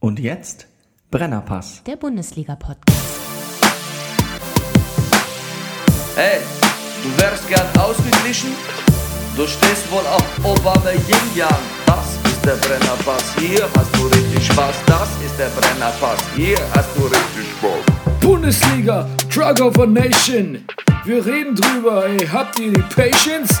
Und jetzt Brennerpass. Der Bundesliga-Podcast. Hey, du wärst gern ausgeglichen? Du stehst wohl auf Obama Yin Yang. Das ist der Brennerpass. Hier hast du richtig Spaß. Das ist der Brennerpass. Hier hast du richtig Spaß. Bundesliga, Drug of a Nation. Wir reden drüber, ey, habt ihr die Patience?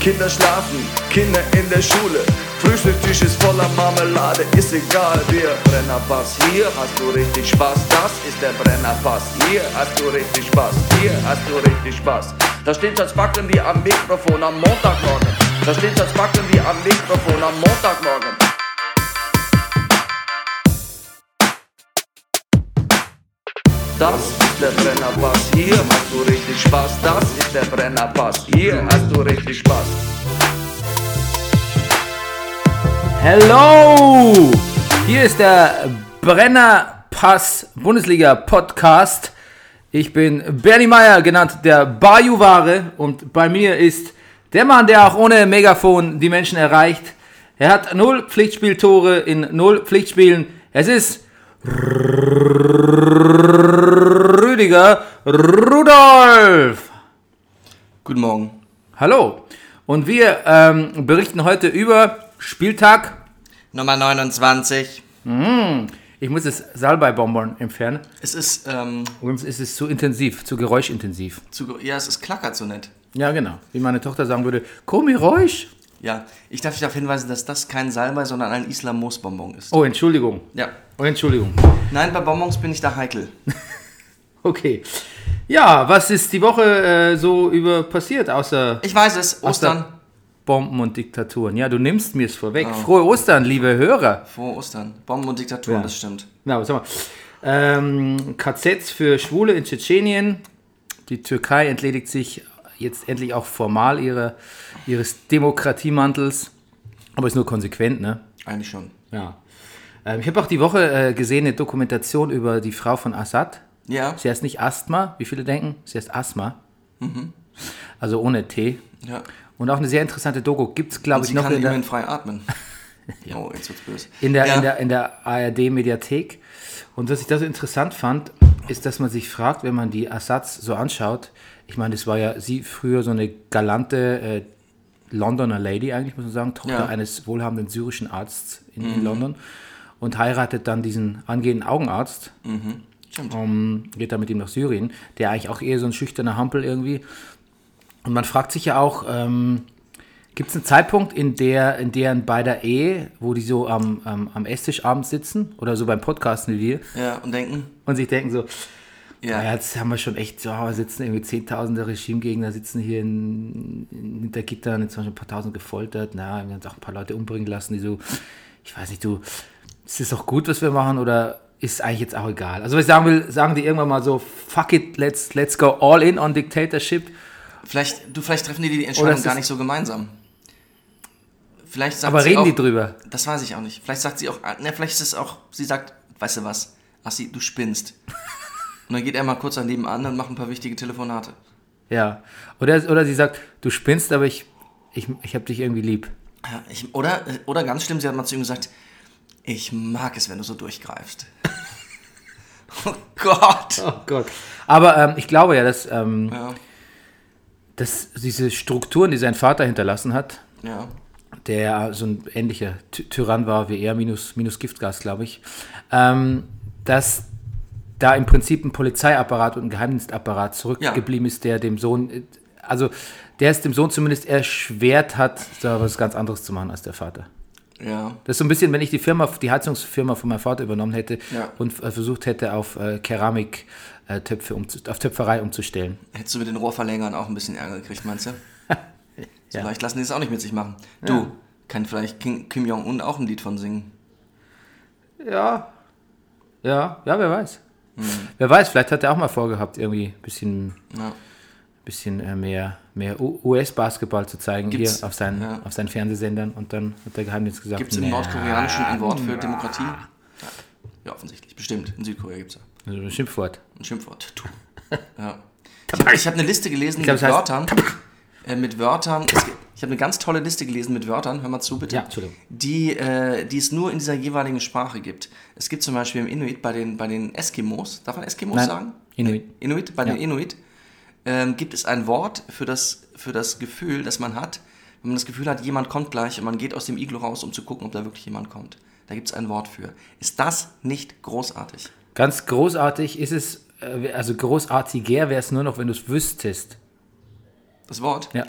Kinder schlafen, Kinder in der Schule, Frühstückstisch ist voller Marmelade, ist egal, wir Brennerpass, hier hast du richtig Spaß, das ist der Brennerpass, hier hast du richtig Spaß, hier hast du richtig Spaß. Da steht das Backen wie am Mikrofon am Montagmorgen, da steht das Backen wie am Mikrofon am Montagmorgen. Das ist der Brennerpass, hier hast du richtig Spaß. Das ist der Brennerpass, hier hast du richtig Spaß. Hello! Hier ist der Brennerpass Bundesliga Podcast. Ich bin Bernie Meyer, genannt der Bajuware und bei mir ist der Mann, der auch ohne Megafon die Menschen erreicht. Er hat null Pflichtspieltore in null Pflichtspielen. Es ist Rüdiger Rudolf. Guten Morgen. Hallo. Und wir ähm, berichten heute über Spieltag Nummer 29. Hm. Ich muss das Salbeibonbon entfernen. Es ist, ähm, Sonst ist es zu intensiv, zu geräuschintensiv. zu, gro- ja, es ist klackert so nett. Ja, genau. Wie meine Tochter sagen würde, komm, Geräusch. Ja, ich darf dich darauf hinweisen, dass das kein Salbei, sondern ein Islamosbonbon ist. Oh, Entschuldigung. Ja. Oh, Entschuldigung. Nein, bei Bonbons bin ich da heikel. Okay. Ja, was ist die Woche äh, so über passiert, außer Ich weiß es, Ostern. Bomben und Diktaturen? Ja, du nimmst mir es vorweg. Frohe Ostern, liebe Hörer. Frohe Ostern. Bomben und Diktatur, das stimmt. Na, was haben wir? Ähm, KZs für Schwule in Tschetschenien. Die Türkei entledigt sich jetzt endlich auch formal ihrer, ihres Demokratiemantels. Aber ist nur konsequent, ne? Eigentlich schon. Ja. Ähm, ich habe auch die Woche äh, gesehen, eine Dokumentation über die Frau von Assad. Ja, Sie heißt nicht Asthma, wie viele denken, sie heißt Asthma. Also ohne T. Mhm. ja. Und auch eine sehr interessante Doku gibt es, Und glaube ich, sie noch kann in der, immerhin frei atmen. Oh, jetzt wird's böse. in der, ja. in der, in der ARD-Mediathek. Und was ich da so interessant fand, ist, dass man sich fragt, wenn man die Assads so anschaut, ich meine, das war ja sie früher so eine galante äh, Londoner Lady eigentlich, muss man sagen, Tochter Ja. Mhm. eines wohlhabenden syrischen Arztes in, in London und heiratet dann diesen angehenden Augenarzt. Mhm. Ähm, geht dann mit ihm nach Syrien, der eigentlich auch eher so ein schüchterner Hampel irgendwie. Und man fragt sich ja auch, ähm, gibt es einen Zeitpunkt, in der in deren beider Ehe, wo die so am, am, am Esstisch abends sitzen oder so beim Podcasten wie wir ja, und denken. und sich denken so, Ja. ja, jetzt haben wir schon echt, so, da sitzen irgendwie zehntausende Regimegegner, sitzen hier in, in, hinter Gittern, jetzt haben schon ein paar tausend gefoltert, na, wir haben auch ein paar Leute umbringen lassen, die so, ich weiß nicht, du, ist das auch gut, was wir machen oder ist eigentlich jetzt auch egal? Also was ich sagen will, sagen die irgendwann mal so, fuck it, let's, let's go all in on dictatorship. Vielleicht, du, vielleicht treffen die die Oder Entscheidung es gar ist- nicht so gemeinsam. Vielleicht sagt Aber sie reden auch, die drüber? Das weiß ich auch nicht. Vielleicht sagt sie auch, ah, na, vielleicht ist es auch, sie sagt, weißt du was, Assi, du spinnst. Und dann geht er mal kurz daneben an und macht ein paar wichtige Telefonate. Ja. Oder, oder sie sagt, du spinnst, aber ich, ich, ich hab dich irgendwie lieb. Ja, ich, oder, äh, oder ganz schlimm, sie hat mal zu ihm gesagt, ich mag es, wenn du so durchgreifst. oh Gott. Oh Gott. Aber ähm, ich glaube ja, dass, ähm, Ja, dass diese Strukturen, die sein Vater hinterlassen hat, ja. der ja so ein ähnlicher Ty Tyrann war wie er, minus, minus Giftgas, glaube ich, ähm, dass da im Prinzip ein Polizeiapparat und ein Geheimdienstapparat zurückgeblieben ist, der dem Sohn, äh, also der es dem Sohn zumindest erschwert hat, da was ganz anderes zu machen als der Vater. Ja, Das ist so ein bisschen, wenn ich die Firma, die Heizungsfirma von meinem Vater übernommen hätte Ja. und äh, versucht hätte, auf äh, Keramik, äh, Töpfe umzu auf Töpferei umzustellen. hättest du mit den Rohrverlängern auch ein bisschen Ärger gekriegt, meinst du? So leicht lassen die es auch nicht mit sich machen. Du, kann vielleicht Kim, Kim Jong-un auch ein Lied von singen. Ja. Ja, ja, wer weiß. Wer weiß, vielleicht hat er auch mal vorgehabt, irgendwie ein bisschen, Hm. Ja. bisschen äh, mehr, mehr U- US-Basketball zu zeigen Gibt's- hier auf seinen, ja. auf seinen Fernsehsendern und dann hat der Geheimdienst gesagt, Gibt es im "Nee." Nordkoreanischen ein Wort für Demokratie? Ja, ja offensichtlich. Bestimmt. In Südkorea gibt es ja Also ein Schimpfwort. ein Schimpfwort. Tu. Ja. Ich habe hab eine Liste gelesen glaub, mit, es heißt Wörtern, äh, mit Wörtern. Es gibt- Ich habe eine ganz tolle Liste gelesen mit Wörtern. Hör mal zu, bitte. Ja, Entschuldigung. Die, äh, die es nur in dieser jeweiligen Sprache gibt. Es gibt zum Beispiel im Inuit bei den, bei den Eskimos. Darf man Eskimos Nein. sagen? Äh, Inuit. Inuit, bei Ja. den Inuit ähm, gibt es ein Wort für das, für das Gefühl, das man hat, wenn man das Gefühl hat, jemand kommt gleich und man geht aus dem Iglo raus, um zu gucken, ob da wirklich jemand kommt. Da gibt es ein Wort für. Ist das nicht großartig? Ganz großartig ist es, äh, also großartiger wäre es nur noch, wenn du es wüsstest. Das Wort? Ja.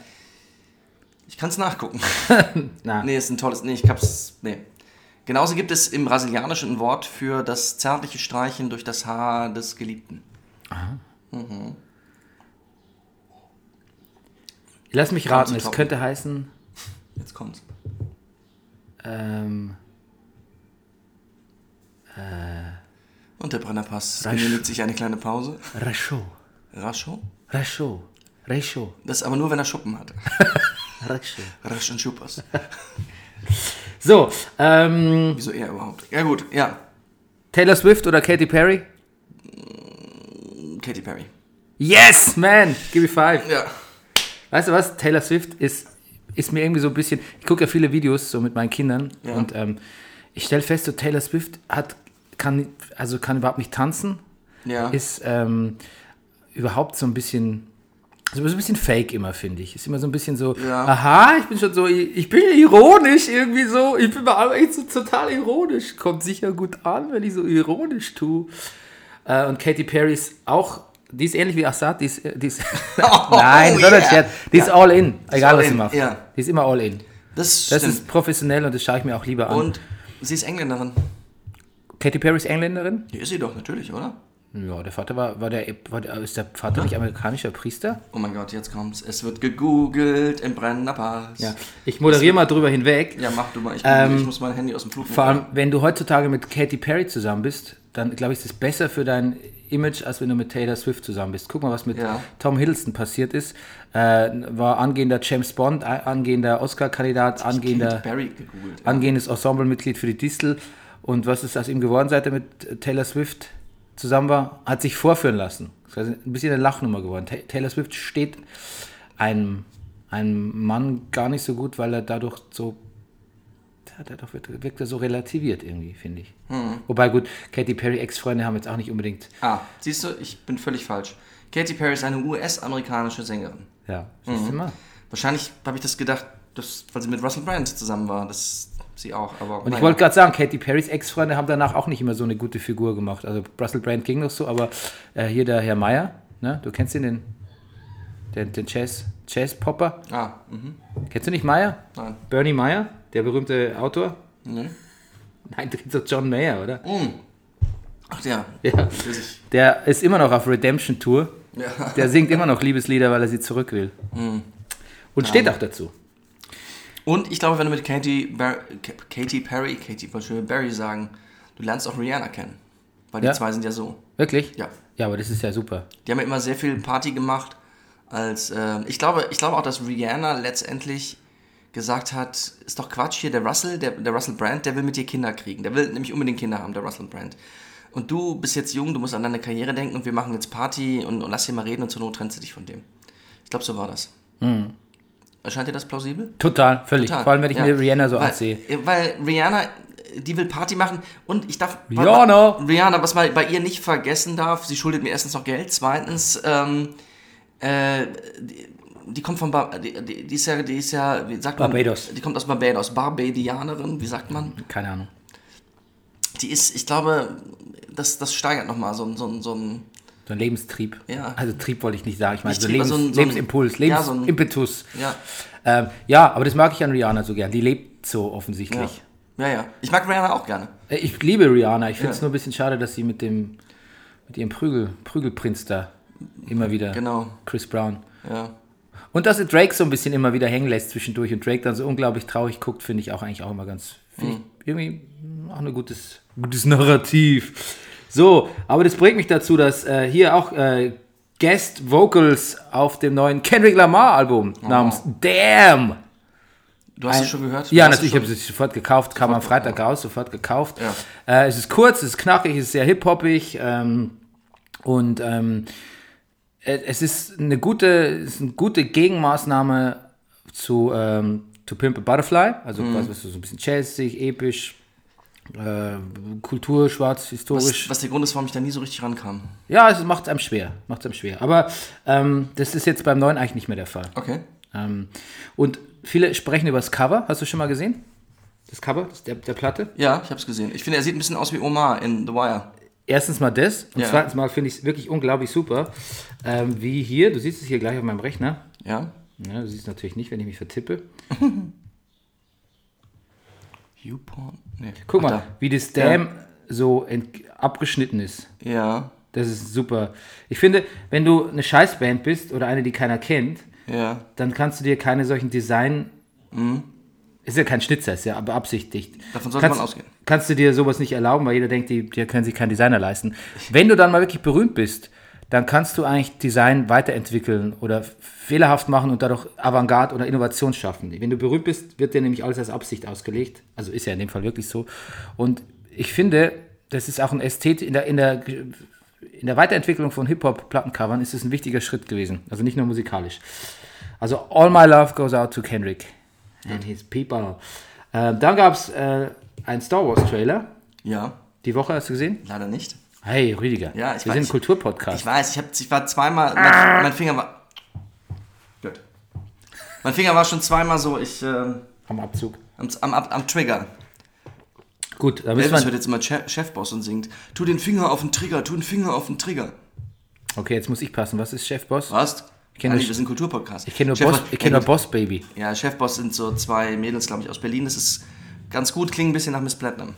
Ich kann es nachgucken. Na, Nee, ist ein tolles. Nee, ich hab's. Nee. Genauso gibt es im Brasilianischen ein Wort für das zärtliche Streichen durch das Haar des Geliebten. lass mich raten, zu es trocken. könnte heißen, Jetzt kommt's. ähm, Äh. Und der Brennerpass Rasch. genehmigt sich eine kleine Pause. Rascho, Rascho? Rascho, Rascho, Das ist aber nur, wenn er Schuppen hat. Rascho. Rasch und Schuppers. So, ähm, Wieso er überhaupt? Ja, gut, ja. Taylor Swift oder Katy Perry? Katy Perry. Yes, man, give me five. Ja. Weißt du was? Taylor Swift ist, ist mir irgendwie so ein bisschen. Ich gucke ja viele Videos so mit meinen Kindern Ja. und ähm, ich stelle fest, so Taylor Swift hat, kann, also kann überhaupt nicht tanzen, Ja. ist ähm, überhaupt so ein bisschen. Also so ein bisschen fake immer, finde ich. Ist immer so ein bisschen so, Ja. aha, ich bin schon so, ich bin ironisch irgendwie so. Ich bin bei allem echt so total ironisch. Kommt sicher gut an, wenn ich so ironisch tue. Äh, und Katy Perry ist auch, die ist ähnlich wie Assad, die ist, äh, die ist Nein, Oh, sondern yeah. Scherz. Die ist all in, egal all was sie in, macht. ja. Die ist immer all in. das Das stimmt. ist professionell und das schaue ich mir auch lieber an. und sie ist Engländerin. Katy Perry ist Engländerin? Die ist sie doch, natürlich, oder? Ja, der Vater war, war der, war der, ist der Vater nicht amerikanischer Priester? Oh mein Gott, jetzt kommt's. Es wird gegoogelt im Brennerpass. Ja. Ich moderiere mal drüber hinweg. Ja, mach du mal. Ich, Ähm, ich muss mein Handy aus dem Flug Vor allem, wenn du heutzutage mit Katy Perry zusammen bist, dann glaube ich, ist es besser für dein Image, als wenn du mit Taylor Swift zusammen bist. Guck mal, was mit Ja. Tom Hiddleston passiert ist. Äh, war angehender James Bond, a- angehender Oscar-Kandidat, angehender. Katy Perry gegoogelt. Ja. angehendes Ensemblemitglied für die Distel. Und was ist aus ihm geworden, seit er mit Taylor Swift zusammen war? Hat sich vorführen lassen. Das heißt, ein bisschen eine Lachnummer geworden. Ta Taylor Swift steht einem, einem Mann gar nicht so gut, weil er dadurch so. ja, Dadurch wird, wirkt er so relativiert irgendwie, finde ich. Wobei gut, Katy Perry Ex-Freunde haben jetzt auch nicht unbedingt. Ah, siehst du, ich bin völlig falsch. Katy Perry ist eine US-amerikanische Sängerin. Ja, siehst du mal. Wahrscheinlich habe ich das gedacht, dass, weil sie mit Russell Brand zusammen war, dass sie auch, aber. Und ich wollte gerade sagen, Katy Perrys Ex-Freunde haben danach auch nicht immer so eine gute Figur gemacht. Also Russell Brand ging noch so, aber äh, hier der Herr Meier, ne? du kennst ihn, den, den, den Jazz, Jazz-Popper. Ah, mhm. Kennst du nicht Meier? Nein. Bernie Meier, der berühmte Autor? Nee. Nein, du kennst doch John Mayer, oder? Ach ja. Ja. Will sich- Der ist immer noch auf Redemption-Tour. Ja. Der singt immer noch Liebeslieder, weil er sie zurück will. Mhm. Und steht auch dazu. Und ich glaube, wenn du mit Katy, Ber Ka- Katy Perry, Katy wollte ich schon Barry sagen, du lernst auch Rihanna kennen. Weil die Ja. zwei sind ja so. Wirklich? Ja. Ja, aber das ist ja super. Die haben ja immer sehr viel Party gemacht. Als, ähm, ich, glaube, ich glaube auch, dass Rihanna letztendlich gesagt hat, ist doch Quatsch hier, der Russell, der, der Russell Brand, der will mit dir Kinder kriegen. Der will nämlich unbedingt Kinder haben, der Russell Brand. Und du bist jetzt jung, du musst an deine Karriere denken und wir machen jetzt Party und, und lass hier mal reden und zur Not trennst du dich von dem. Ich glaube, so war das. Erscheint dir das plausibel? Total, völlig. Total, Vor allem, wenn ich ja. mir Rihanna so weil, ansehe. Weil Rihanna, die will Party machen und ich darf. Rihanna! Rihanna, was man bei ihr nicht vergessen darf, sie schuldet mir erstens noch Geld, zweitens, ähm, äh, die, die kommt von Bar die, die, die ist ja, die ist ja, wie sagt man? Barbados. Die kommt aus Barbados, Barbadianerin, wie sagt man? Keine Ahnung. Die ist, ich glaube, das, das steigert nochmal so ein, so ein, so ein So ein Lebenstrieb. Ja. Also Trieb wollte ich nicht sagen. Ich meine, Nicht so, Trieb, Lebens, aber so ein- so ein- Lebensimpuls, ja, so ein- Lebensimpetus. ja. ähm, ja, aber das mag ich an Rihanna so gern. Die lebt so offensichtlich. Ja, ja. Ich mag Rihanna auch gerne. Äh, Ich liebe Rihanna. Ich finde es Ja. nur ein bisschen schade, dass sie mit dem mit ihrem Prügel, Prügelprinz da immer wieder. Genau. Chris Brown. Ja. Und dass sie Drake so ein bisschen immer wieder hängen lässt zwischendurch und Drake dann so unglaublich traurig guckt, finde ich auch eigentlich auch immer ganz. Finde ich irgendwie auch ein gutes, gutes Narrativ. So, aber das bringt mich dazu, dass äh, hier auch äh, Guest Vocals auf dem neuen Kendrick Lamar Album namens Damn. Du hast es schon gehört? Ja, Du hast es natürlich, ich schon- habe es sofort gekauft, kam am Freitag raus, sofort gekauft. Ja. Äh, es ist kurz, es ist knackig, es ist sehr hip-hoppig ähm, und ähm, äh, es ist eine gute, es ist eine gute Gegenmaßnahme zu ähm, To Pimp a Butterfly, also Mhm. quasi was so ein bisschen jazzig, episch, äh, kulturschwarz, historisch. was, was der Grund ist, warum ich da nie so richtig rankam. Ja, es macht einem schwer, macht einem schwer. Aber ähm, das ist jetzt beim neuen eigentlich nicht mehr der Fall. Okay. Ähm, und viele sprechen über das Cover. Hast du schon mal gesehen? Das Cover das, der, der Platte? Ja, ich hab's gesehen. Ich finde, er sieht ein bisschen aus wie Omar in The Wire. Erstens mal das und Ja. zweitens mal finde ich es wirklich unglaublich super, ähm, wie hier. Du siehst es hier gleich auf meinem Rechner. Ja? Ja, du siehst es natürlich nicht, wenn ich mich vertippe. YouPorn? Nee. Guck Ach, mal, wie das Dam so ent- abgeschnitten ist. Da. Ja. Das ist super. Ich finde, wenn du eine Scheißband bist oder eine, die keiner kennt, Ja. dann kannst du dir keine solchen Design. Ist ja kein Schnitzer, ist ja beabsichtigt. Mhm. Davon sollte kannst, man ausgehen. Kannst du dir sowas nicht erlauben, weil jeder denkt, die, die können sich keinen Designer leisten. Wenn du dann mal wirklich berühmt bist, dann kannst du eigentlich Design weiterentwickeln oder fehlerhaft machen und dadurch Avantgarde oder Innovation schaffen. Wenn du berühmt bist, wird dir nämlich alles als Absicht ausgelegt. Also ist ja in dem Fall wirklich so. Und ich finde, das ist auch ein Ästhet in der, in der in der Weiterentwicklung von Hip-Hop-Plattencovern ist es ein wichtiger Schritt gewesen. Also nicht nur musikalisch. Also All My Love Goes Out to Kendrick and his people. Ähm, dann gab es äh, einen Star Wars-Trailer. Ja. Die Woche hast du gesehen? Leider nicht. Hey, Rüdiger. Ja, ich Wir weiß- sind ein Kulturpodcast. Ich weiß, ich, hab, ich war zweimal. Mein, mein Finger war. Gut. Mein Finger war schon zweimal so, ich. ähm, Am Abzug. am, am, am, am Trigger. Gut, da müssen Elvis wird wir. jetzt immer Che- Chefboss und singt: Tu den Finger auf den Trigger, tu den Finger auf den Trigger. Okay, jetzt muss ich passen. Was ist Chefboss? Was? Ich kenn kenne nur- Wir sind Kulturpodcast. Ich kenne nur, Chefboss- Boss, ich kenn nur Boss Baby. Ja, Chefboss sind so zwei Mädels, glaube ich, aus Berlin. Das ist ganz gut, klingt ein bisschen nach Miss Platinum.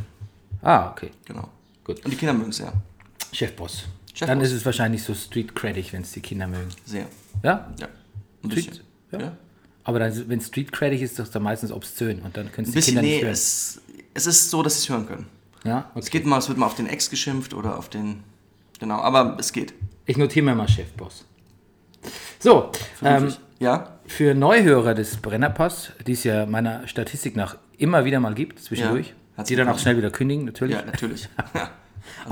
Ah, okay. Genau. Gut. Und die Kinder mögen es ja Chefboss. Chefboss. Dann ist es wahrscheinlich so street-creditig, wenn es die Kinder mögen. sehr. Ja? Ja. Ein Street- bisschen. Ja. Ein Aber dann, wenn street-creditig ist, ist das dann meistens obszön und dann können es die bisschen, Kinder nee, nicht hören. es, es ist so, dass sie es hören können. ja? okay. Es geht mal, es wird mal auf den Ex geschimpft oder auf den. Genau, aber es geht. Ich notiere mir mal Chefboss. So, ähm, ja? für Neuhörer des Brennerpass, die es ja meiner Statistik nach immer wieder mal gibt, zwischendurch, Ja, hat's die dann auch gefallen. schnell wieder kündigen, natürlich. Ja, natürlich. Ja. Also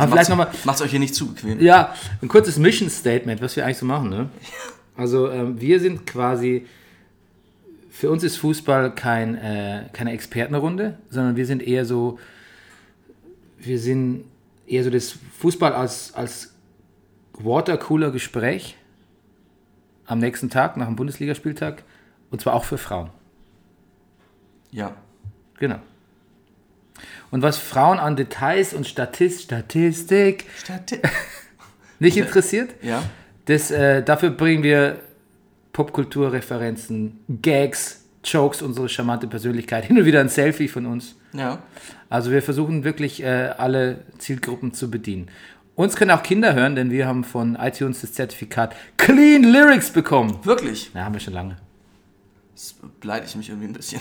Aber vielleicht nochmal, Macht euch hier nicht zu bequem. ja, ein kurzes Mission Statement, was wir eigentlich so machen, ne? Also, ähm, wir sind quasi, für uns ist Fußball kein, äh, keine Expertenrunde, sondern wir sind eher so, wir sind eher so das Fußball als, als watercooler Gespräch am nächsten Tag, nach dem Bundesligaspieltag, und zwar auch für Frauen. Ja. Genau. Und was Frauen an Details und Statist, Statistik Stati- nicht interessiert, ja. das, äh, dafür bringen wir Popkulturreferenzen, Gags, Jokes, unsere charmante Persönlichkeit, hin und wieder ein Selfie von uns. Ja. Also wir versuchen wirklich äh, alle Zielgruppen zu bedienen. Uns können auch Kinder hören, denn wir haben von iTunes das Zertifikat Clean Lyrics bekommen. Wirklich. Na, haben wir schon lange. Das beleidigt mich irgendwie ein bisschen.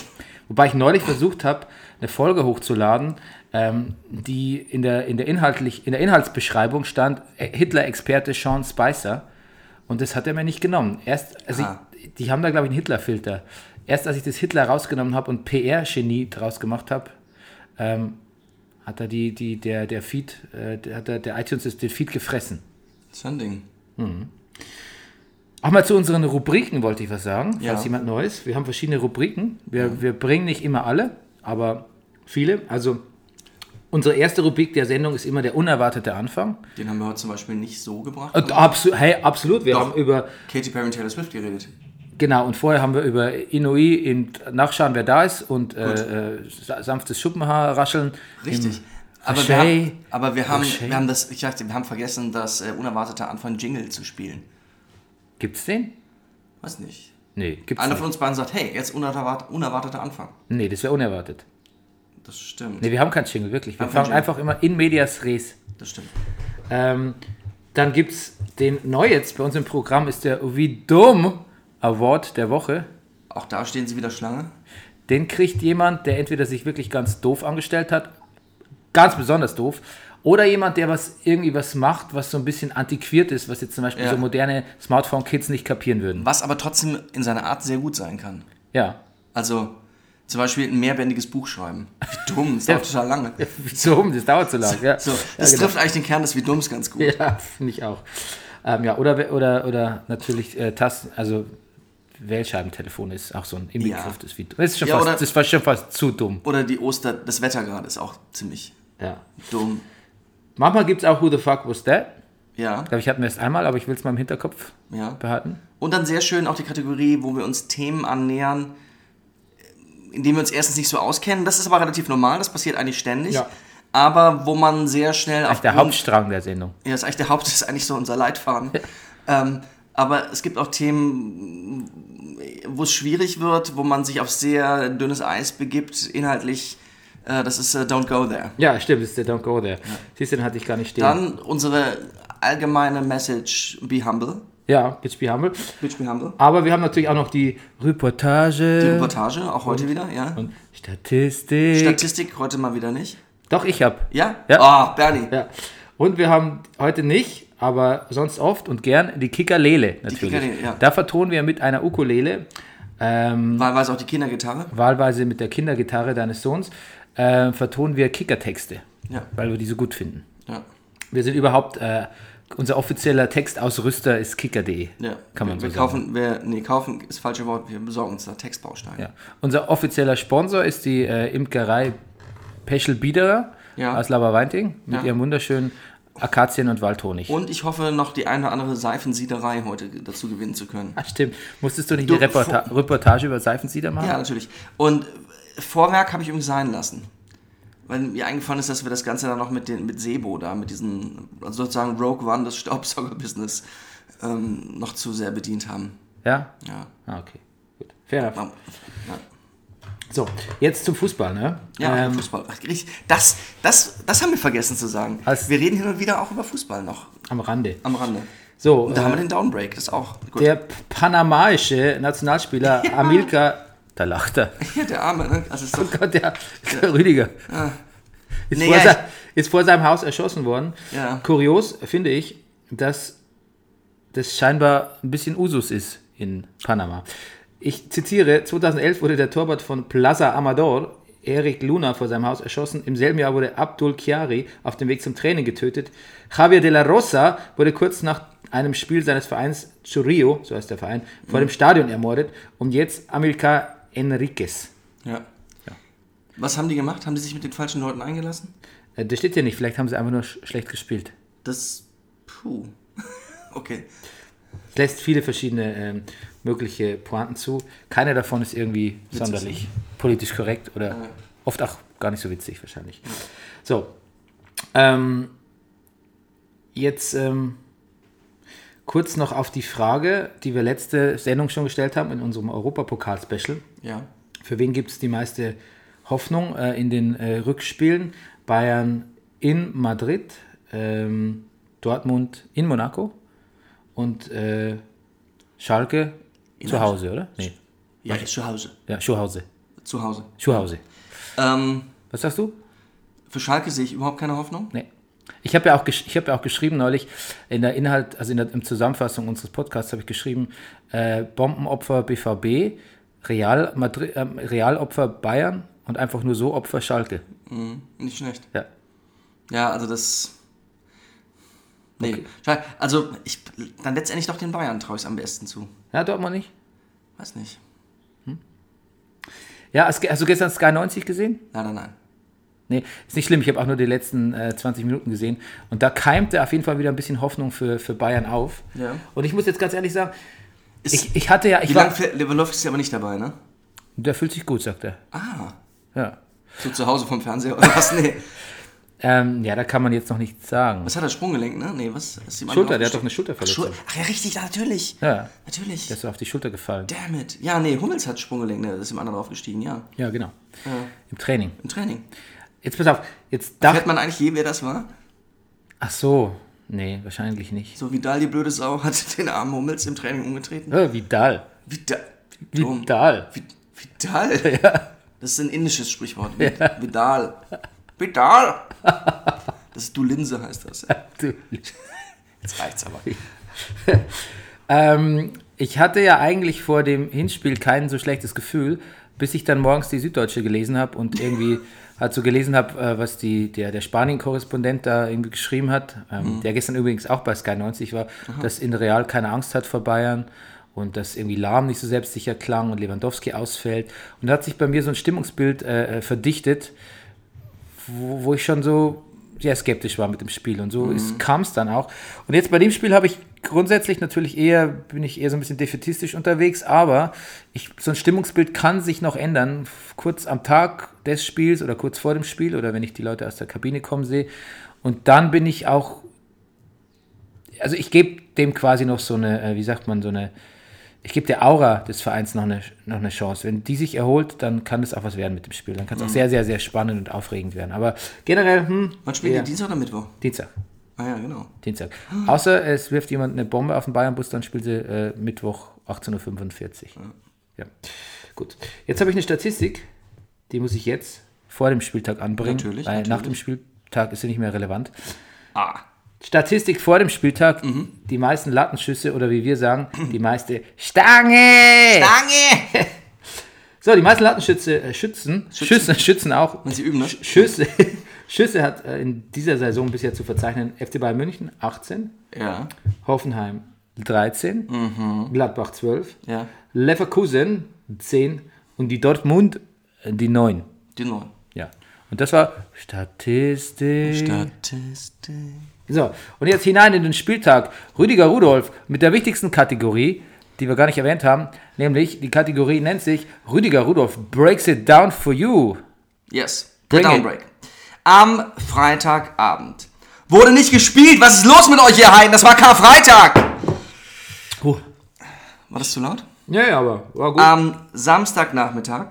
Wobei ich neulich versucht habe, eine Folge hochzuladen, ähm, die in der, in, der inhaltlich, in der Inhaltsbeschreibung stand, äh, Hitler-Experte Sean Spicer. Und das hat er mir nicht genommen. Erst, also Ah. ich, die haben da, glaube ich, einen Hitler-Filter. Erst als ich das Hitler rausgenommen habe und PR-Genie draus gemacht habe, ähm, hat da die, die, der, der Feed, äh, der, hat da- der iTunes ist den Feed gefressen. Das ist ein Ding. Auch mal zu unseren Rubriken wollte ich was sagen, Ja. falls jemand Neues. Wir haben verschiedene Rubriken. Wir, wir bringen nicht immer alle, aber viele. Also unsere erste Rubrik der Sendung ist immer der unerwartete Anfang. Den haben wir heute zum Beispiel nicht so gebracht. Und absol hey, absolut. Wir Äh, Doch. haben über, Katy Perry und Taylor Swift geredet. genau, und vorher haben wir über Inui in Nachschauen, wer da ist und äh, äh, sa- sanftes Schuppenhaar rascheln. Richtig. Im- Aber wir, Rochet. haben, aber wir haben, Rochet. wir haben das, ich dachte, wir haben vergessen, das äh, unerwartete Anfang Jingle zu spielen. Gibt's den? Weiß nicht. Nee, gibt's Einer von nicht. uns beiden sagt, hey, jetzt unerwart, unerwarteter Anfang. Nee, das wäre unerwartet. Das stimmt. Nee, wir haben keinen Jingle, wirklich. Wir Haben keinen fangen einfach immer in medias res. Das stimmt. Ähm, dann gibt es den neu jetzt bei uns im Programm, ist der Wie dumm Award der Woche. Auch da stehen sie wieder Schlange. Den kriegt jemand, der entweder sich wirklich ganz doof angestellt hat, ganz besonders doof, Oder jemand, der was irgendwie was macht, was so ein bisschen antiquiert ist, was jetzt zum Beispiel Ja. so moderne Smartphone-Kids nicht kapieren würden. Was aber trotzdem in seiner Art sehr gut sein kann. Ja. Also zum Beispiel ein mehrbändiges Buch schreiben. Wie dumm, das dauert total lange. Wieso? Das dauert so lange. Ja. So, das ja, genau. trifft eigentlich den Kern des Wie dumms ganz gut. Ja, finde ich auch. Ähm, ja, oder, oder, oder natürlich äh, Tasten, also Wählscheibentelefon ist auch so ein Inbegriff Ja. des Videos. Das, ist schon Ja, fast, oder- das war schon fast zu dumm. Oder die Oster, das Wetter gerade ist auch ziemlich Ja. dumm. Manchmal gibt es auch Who the fuck was that? Ja, Ich glaube, ich hatten wir es einmal, aber ich will es mal im Hinterkopf ja. behalten. Und dann sehr schön auch die Kategorie, wo wir uns Themen annähern, indem wir uns erstens nicht so auskennen. Das ist aber relativ normal, das passiert eigentlich ständig. Ja. Aber wo man sehr schnell auf Der Hauptstrang der Sendung. Ja, das ist eigentlich der Haupt, das ist eigentlich so unser Leitfaden. ähm, aber es gibt auch Themen, wo es schwierig wird, wo man sich auf sehr dünnes Eis begibt, inhaltlich. Äh, das ist äh, Don't Go There. Ja, stimmt, das ist der Don't Go There. Siehst du, den hatte ich gar nicht stehen. Dann unsere allgemeine Message, be humble. ja, Bitch Be Humble. Bitch, be humble. Aber wir haben natürlich auch noch die Reportage. Die Reportage, auch Mhm. heute wieder, ja. und Statistik. Statistik heute mal wieder nicht. Doch, ich habe. Ja? Ja. Ah, Bernie. Ja. Und wir haben heute nicht, aber sonst oft und gern die Kickerlele natürlich. Kikerlele, ja. Da vertonen wir mit einer Ukulele, ähm, Wahlweise auch die Kindergitarre. wahlweise mit der Kindergitarre deines Sohns, äh, vertonen wir Kickertexte, Ja. weil wir die so gut finden. ja. Wir sind überhaupt, äh, unser offizieller Textausrüster ist kicker.de. ja. Kann man wir, so wir sagen. kaufen, wir, nee, kaufen ist das falsche Wort. Wir besorgen uns da Textbausteine. Ja. Unser offizieller Sponsor ist die äh, Imkerei Peschel Biederer Ja. aus Laberweinting mit Ja. ihrem wunderschönen Akazien- und Waldhonig. Und ich hoffe, noch die eine oder andere Seifensiederei heute dazu gewinnen zu können. Ah, stimmt. Musstest du nicht Du- eine Reporta Reportage über Seifensieder machen? Ja, natürlich. Und Vorwerk habe ich übrigens sein lassen. Weil mir eingefallen ist, dass wir das Ganze dann noch mit, den, mit Sebo da, mit diesem also sozusagen Rogue One des Staubsauger-Business ähm, noch zu sehr bedient haben. Ja? Ja. Ah, okay. Gut. Fair enough. Ja. So, jetzt zum Fußball, ne? Ja, ähm, Fußball. Ach, richtig. Das, das, das haben wir vergessen zu sagen. Als- wir reden hin und wieder auch über Fußball noch am Rande. am Rande. So, Und da haben wir äh, den Downbreak, das auch. Gut. der p- panamaische Nationalspieler Amilcar, da lacht er. Hier, der Arme, ne? Also ist doch, Oh Gott, der, der Rüdiger. Ist, Nee, vor ja, sein, ist vor seinem Haus erschossen worden. Ja. Kurios finde ich, dass das scheinbar ein bisschen Usus ist in Panama. Ich zitiere, 2011 wurde der Torwart von Plaza Amador, Eric Luna, vor seinem Haus erschossen. Im selben Jahr wurde Abdul Chiari auf dem Weg zum Training getötet. Javier de la Rosa wurde kurz nach einem Spiel seines Vereins Churio, so heißt der Verein, vor dem Stadion ermordet. Und jetzt Amilcar Enriquez. ja. Was haben die gemacht? Haben die sich mit den falschen Leuten eingelassen? Äh, Das steht ja nicht, vielleicht haben sie einfach nur sch schlecht gespielt. Das. Puh. Okay. Es lässt viele verschiedene ähm, mögliche Pointen zu. Keine davon ist irgendwie sonderlich politisch korrekt oder oft auch gar nicht so witzig wahrscheinlich. So. Ähm, jetzt ähm, kurz noch auf die Frage, die wir letzte Sendung schon gestellt haben in unserem Europapokal-Special. Ja. Für wen gibt es die meiste Hoffnung äh, in den äh, Rückspielen? Bayern in Madrid, ähm, Dortmund in Monaco und äh, Schalke zu Hause, oder? Nee. Ja, ist zu Hause. Ja, Schuhhause. Zu Hause. Schuhhause. Ähm, Was sagst du? für Schalke sehe ich überhaupt keine Hoffnung. Nee. Ich habe ja, auch gesch- ich hab ja auch geschrieben neulich, in der Inhalt, also in der im Zusammenfassung unseres Podcasts habe ich geschrieben, äh, Bombenopfer BVB, Real, Madrid, ähm, Realopfer Bayern und einfach nur so Opfer Schalke. Nicht schlecht. Ja. Ja, also das. Nee. Schal- Also, ich, dann letztendlich doch den Bayern traue ich es am besten zu. Ja, Dortmund nicht? Weiß nicht. Ja, hast, hast du gestern Sky 90 gesehen? Leider nein. Nee, ist nicht schlimm. Ich habe auch nur die letzten äh, 20 Minuten gesehen. Und da keimte auf jeden Fall wieder ein bisschen Hoffnung für, für Bayern auf. Ja. Und ich muss jetzt ganz ehrlich sagen, Ist, ich, ich hatte ja. wie Ich lange war, Lewandowski ist ja aber nicht dabei, ne? der fühlt sich gut, sagt er. Ah. Ja. So zu Hause vom Fernseher oder was? Nee. Ähm, ja, da kann man jetzt noch nichts sagen. Was hat er? Sprunggelenk, ne? Nee, was? Ist ihm Schulter, einer der hat doch eine aufgestoßen? Schulterverletzung. Schul- Ach ja, richtig, ja, natürlich. Ja, Natürlich. der ist auf die Schulter gefallen. Damn it. Ja, nee, Hummels hat Sprunggelenk, ne? Ist im anderen aufgestiegen, ja. Ja, genau. Im Training. Im Training. Jetzt pass auf, jetzt Hört dachte. man eigentlich je, wer das war? Ach so. Nee, wahrscheinlich nicht. So Vidal, die blöde Sau, hat den armen Hummels im Training umgetreten. Oh, Vidal. Vidal. Dumm. Vidal. Vi- Vidal? Das ist ein indisches Sprichwort. Vid- Vidal. Vidal. Das ist Du Linse halt. heißt das. Jetzt reicht's aber. ähm, ich hatte ja eigentlich vor dem Hinspiel kein so schlechtes Gefühl, bis ich dann morgens die Süddeutsche gelesen habe und irgendwie halt so gelesen habe, äh, was die, der, der Spanien-Korrespondent da irgendwie geschrieben hat, ähm, der gestern übrigens auch bei Sky 90 war, dass in Real keine Angst hat vor Bayern und dass irgendwie Lahm nicht so selbstsicher klang und Lewandowski ausfällt. Und da hat sich bei mir so ein Stimmungsbild äh, äh, verdichtet, wo, wo ich schon so sehr skeptisch war mit dem Spiel. Und so kam es dann auch. Und jetzt bei dem Spiel habe ich grundsätzlich natürlich eher, bin ich eher so ein bisschen defetistisch unterwegs, aber ich, so ein Stimmungsbild kann sich noch ändern. F- Kurz am Tag des Spiels oder kurz vor dem Spiel oder wenn ich die Leute aus der Kabine kommen sehe. Und dann bin ich auch, also ich gebe dem quasi noch so eine, äh, wie sagt man, so eine, ich gebe der Aura des Vereins noch eine, noch eine Chance. Wenn die sich erholt, dann kann es auch was werden mit dem Spiel. Dann kann es auch sehr, sehr, sehr spannend und aufregend werden. Aber generell, hm, Wann spielt Ja. ihr Dienstag oder Mittwoch? Dienstag. Ah ja, genau. Dienstag. Außer es wirft jemand eine Bombe auf den Bayernbus, dann spielt sie äh, Mittwoch 18.45 Uhr. Ja. Gut. Jetzt habe ich eine Statistik, die muss ich jetzt vor dem Spieltag anbringen. Natürlich, Weil nach natürlich. dem Spieltag ist sie nicht mehr relevant. Ah. Mhm. Statistik vor dem Spieltag, die meisten Lattenschüsse oder wie wir sagen, die meiste Stange! Lange! So, die meisten Lattenschütze, äh, Schützen, Schüsse, Schützen auch. Und sie üben, ne? Schüsse, Schüsse hat äh, in dieser Saison bisher zu verzeichnen FC Bayern München 18, Ja, Hoffenheim 13, Mhm. Gladbach 12, ja. Leverkusen 10 und die Dortmund äh, die 9. Die neun. Ja. Und das war Statistik. Statistik. so, und jetzt hinein in den Spieltag. Rüdiger Rudolf mit der wichtigsten Kategorie, die wir gar nicht erwähnt haben, nämlich die Kategorie nennt sich Rüdiger Rudolf Breaks It Down for You. Yes. Der Bring it. Downbreak. Am Freitagabend. Wurde nicht gespielt. Was ist los mit euch, ihr Heiden? Das war Karfreitag. Huh. War das zu laut? Ja, ja, aber war gut. Am Samstagnachmittag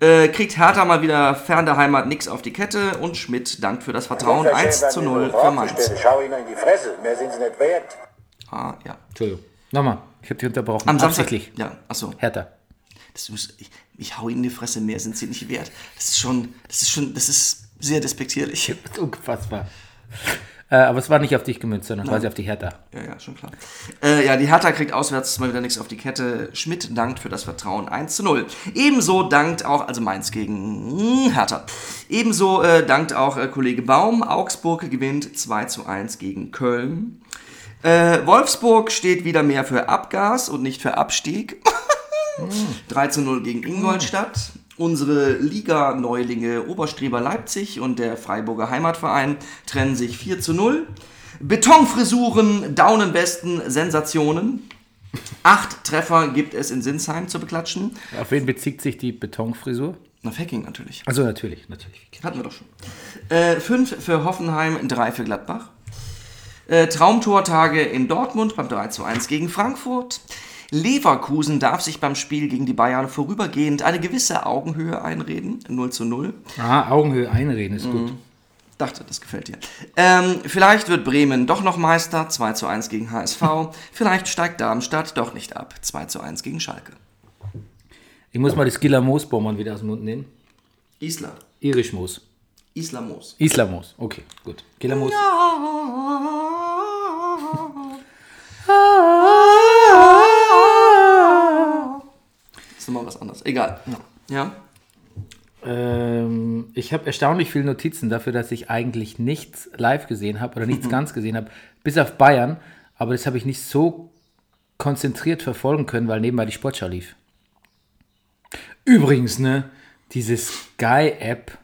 äh, kriegt Hertha mal wieder fern der Heimat nix auf die Kette und Schmidt dankt für das Vertrauen 1 zu 0 für Mainz. Schau ihnen in die Fresse, mehr sind sie nicht wert. Ah, ja. Entschuldigung. Nochmal, ich habe dich unterbrochen. Am Samstag. Absichtlich. Ja, achso. Hertha. Das ist, ich, ich hau ihnen in die Fresse, mehr sind sie nicht wert. Das ist schon, das ist schon, das ist sehr despektierlich. Unfassbar. Äh, aber es war nicht auf dich gemünzt, sondern quasi auf die Hertha. Ja, ja, schon klar. Äh, ja, die Hertha kriegt auswärts mal wieder nichts auf die Kette. Schmidt dankt für das Vertrauen 1 zu 0. Ebenso dankt auch, also Mainz gegen Hertha. Ebenso äh, dankt auch äh, Kollege Baum. Augsburg gewinnt 2 zu 1 gegen Köln. Äh, Wolfsburg steht wieder mehr für Abgas und nicht für Abstieg. 3 zu 0 gegen Ingolstadt. Unsere Liga-Neulinge Oberstreber Leipzig und der Freiburger Heimatverein trennen sich 4 zu 0. Betonfrisuren, Daunenwesten, Sensationen. Acht Treffer gibt es in Sinsheim zu beklatschen. Auf wen bezieht sich die Betonfrisur? Na, Facking natürlich. Also natürlich, natürlich. Hatten wir doch schon. Äh, fünf für Hoffenheim, drei für Gladbach. Äh, Traumtortage in Dortmund beim 3 zu 1 gegen Frankfurt. Leverkusen darf sich beim Spiel gegen die Bayern vorübergehend eine gewisse Augenhöhe einreden. 0 zu 0. Ah, Augenhöhe einreden ist gut. Dachte, das gefällt dir. Ähm, vielleicht wird Bremen doch noch Meister. 2 zu 1 gegen HSV. vielleicht steigt Darmstadt doch nicht ab. 2 zu 1 gegen Schalke. Ich muss mal das Gila Moosbaumann wieder aus dem Mund nehmen. Isla. Irisch Moos. Islamos. Isla Moos. Okay, gut. Gila Moos. Ist nochmal was anderes. Egal. Ja. Ähm, ich habe erstaunlich viele Notizen dafür, dass ich eigentlich nichts live gesehen habe oder nichts ganz gesehen habe, bis auf Bayern. Aber das habe ich nicht so konzentriert verfolgen können, weil nebenbei die Sportschau lief. Übrigens, ne, diese Sky-App,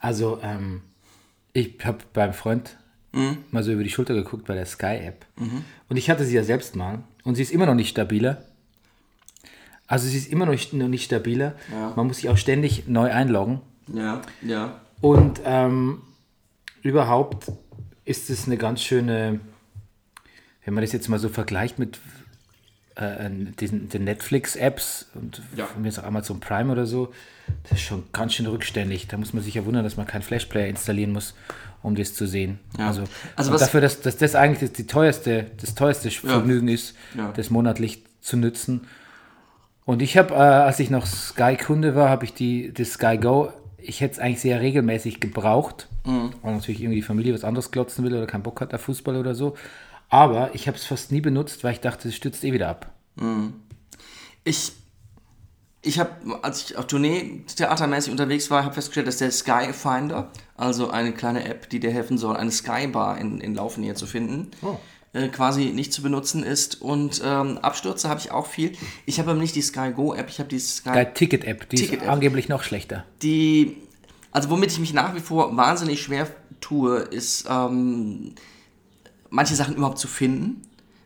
also ähm, ich habe beim Freund mal so über die Schulter geguckt bei der Sky-App. Und ich hatte sie ja selbst mal. Und sie ist immer noch nicht stabiler. Also sie ist immer noch nicht, noch nicht stabiler. Man muss sich auch ständig neu einloggen. Ja. Ja. Und ähm, überhaupt ist es eine ganz schöne, wenn man das jetzt mal so vergleicht mit äh, diesen, den Netflix-Apps und Ja. von mir ist auch Amazon Prime oder so, das ist schon ganz schön rückständig. Da muss man sich ja wundern, dass man keinen Flashplayer installieren muss, um das zu sehen. Also, Also und was- dafür, dass, dass das eigentlich das, die teuerste, das teuerste Vergnügen ist, Ja. das monatlich zu nützen. Und ich habe, äh, als ich noch Sky-Kunde war, habe ich die, das Sky Go, ich hätte es eigentlich sehr regelmäßig gebraucht. Mhm. Weil natürlich irgendwie die Familie was anderes glotzen will oder keinen Bock hat auf Fußball oder so. Aber ich habe es fast nie benutzt, weil ich dachte, es stützt eh wieder ab. Ich, ich habe, als ich auf Tournee theatermäßig unterwegs war, habe festgestellt, dass der Skyfinder, also eine kleine App, die dir helfen soll, eine Skybar in, in Laufnähe zu finden, äh, quasi nicht zu benutzen ist. Und ähm, Abstürze habe ich auch viel. Ich habe aber nicht die Sky Go App, ich habe die Sky Bei Ticket-App, die ist Ah. Ticket-App. angeblich noch schlechter. die, also womit ich mich nach wie vor wahnsinnig schwer tue, ist ähm, manche Sachen überhaupt zu finden.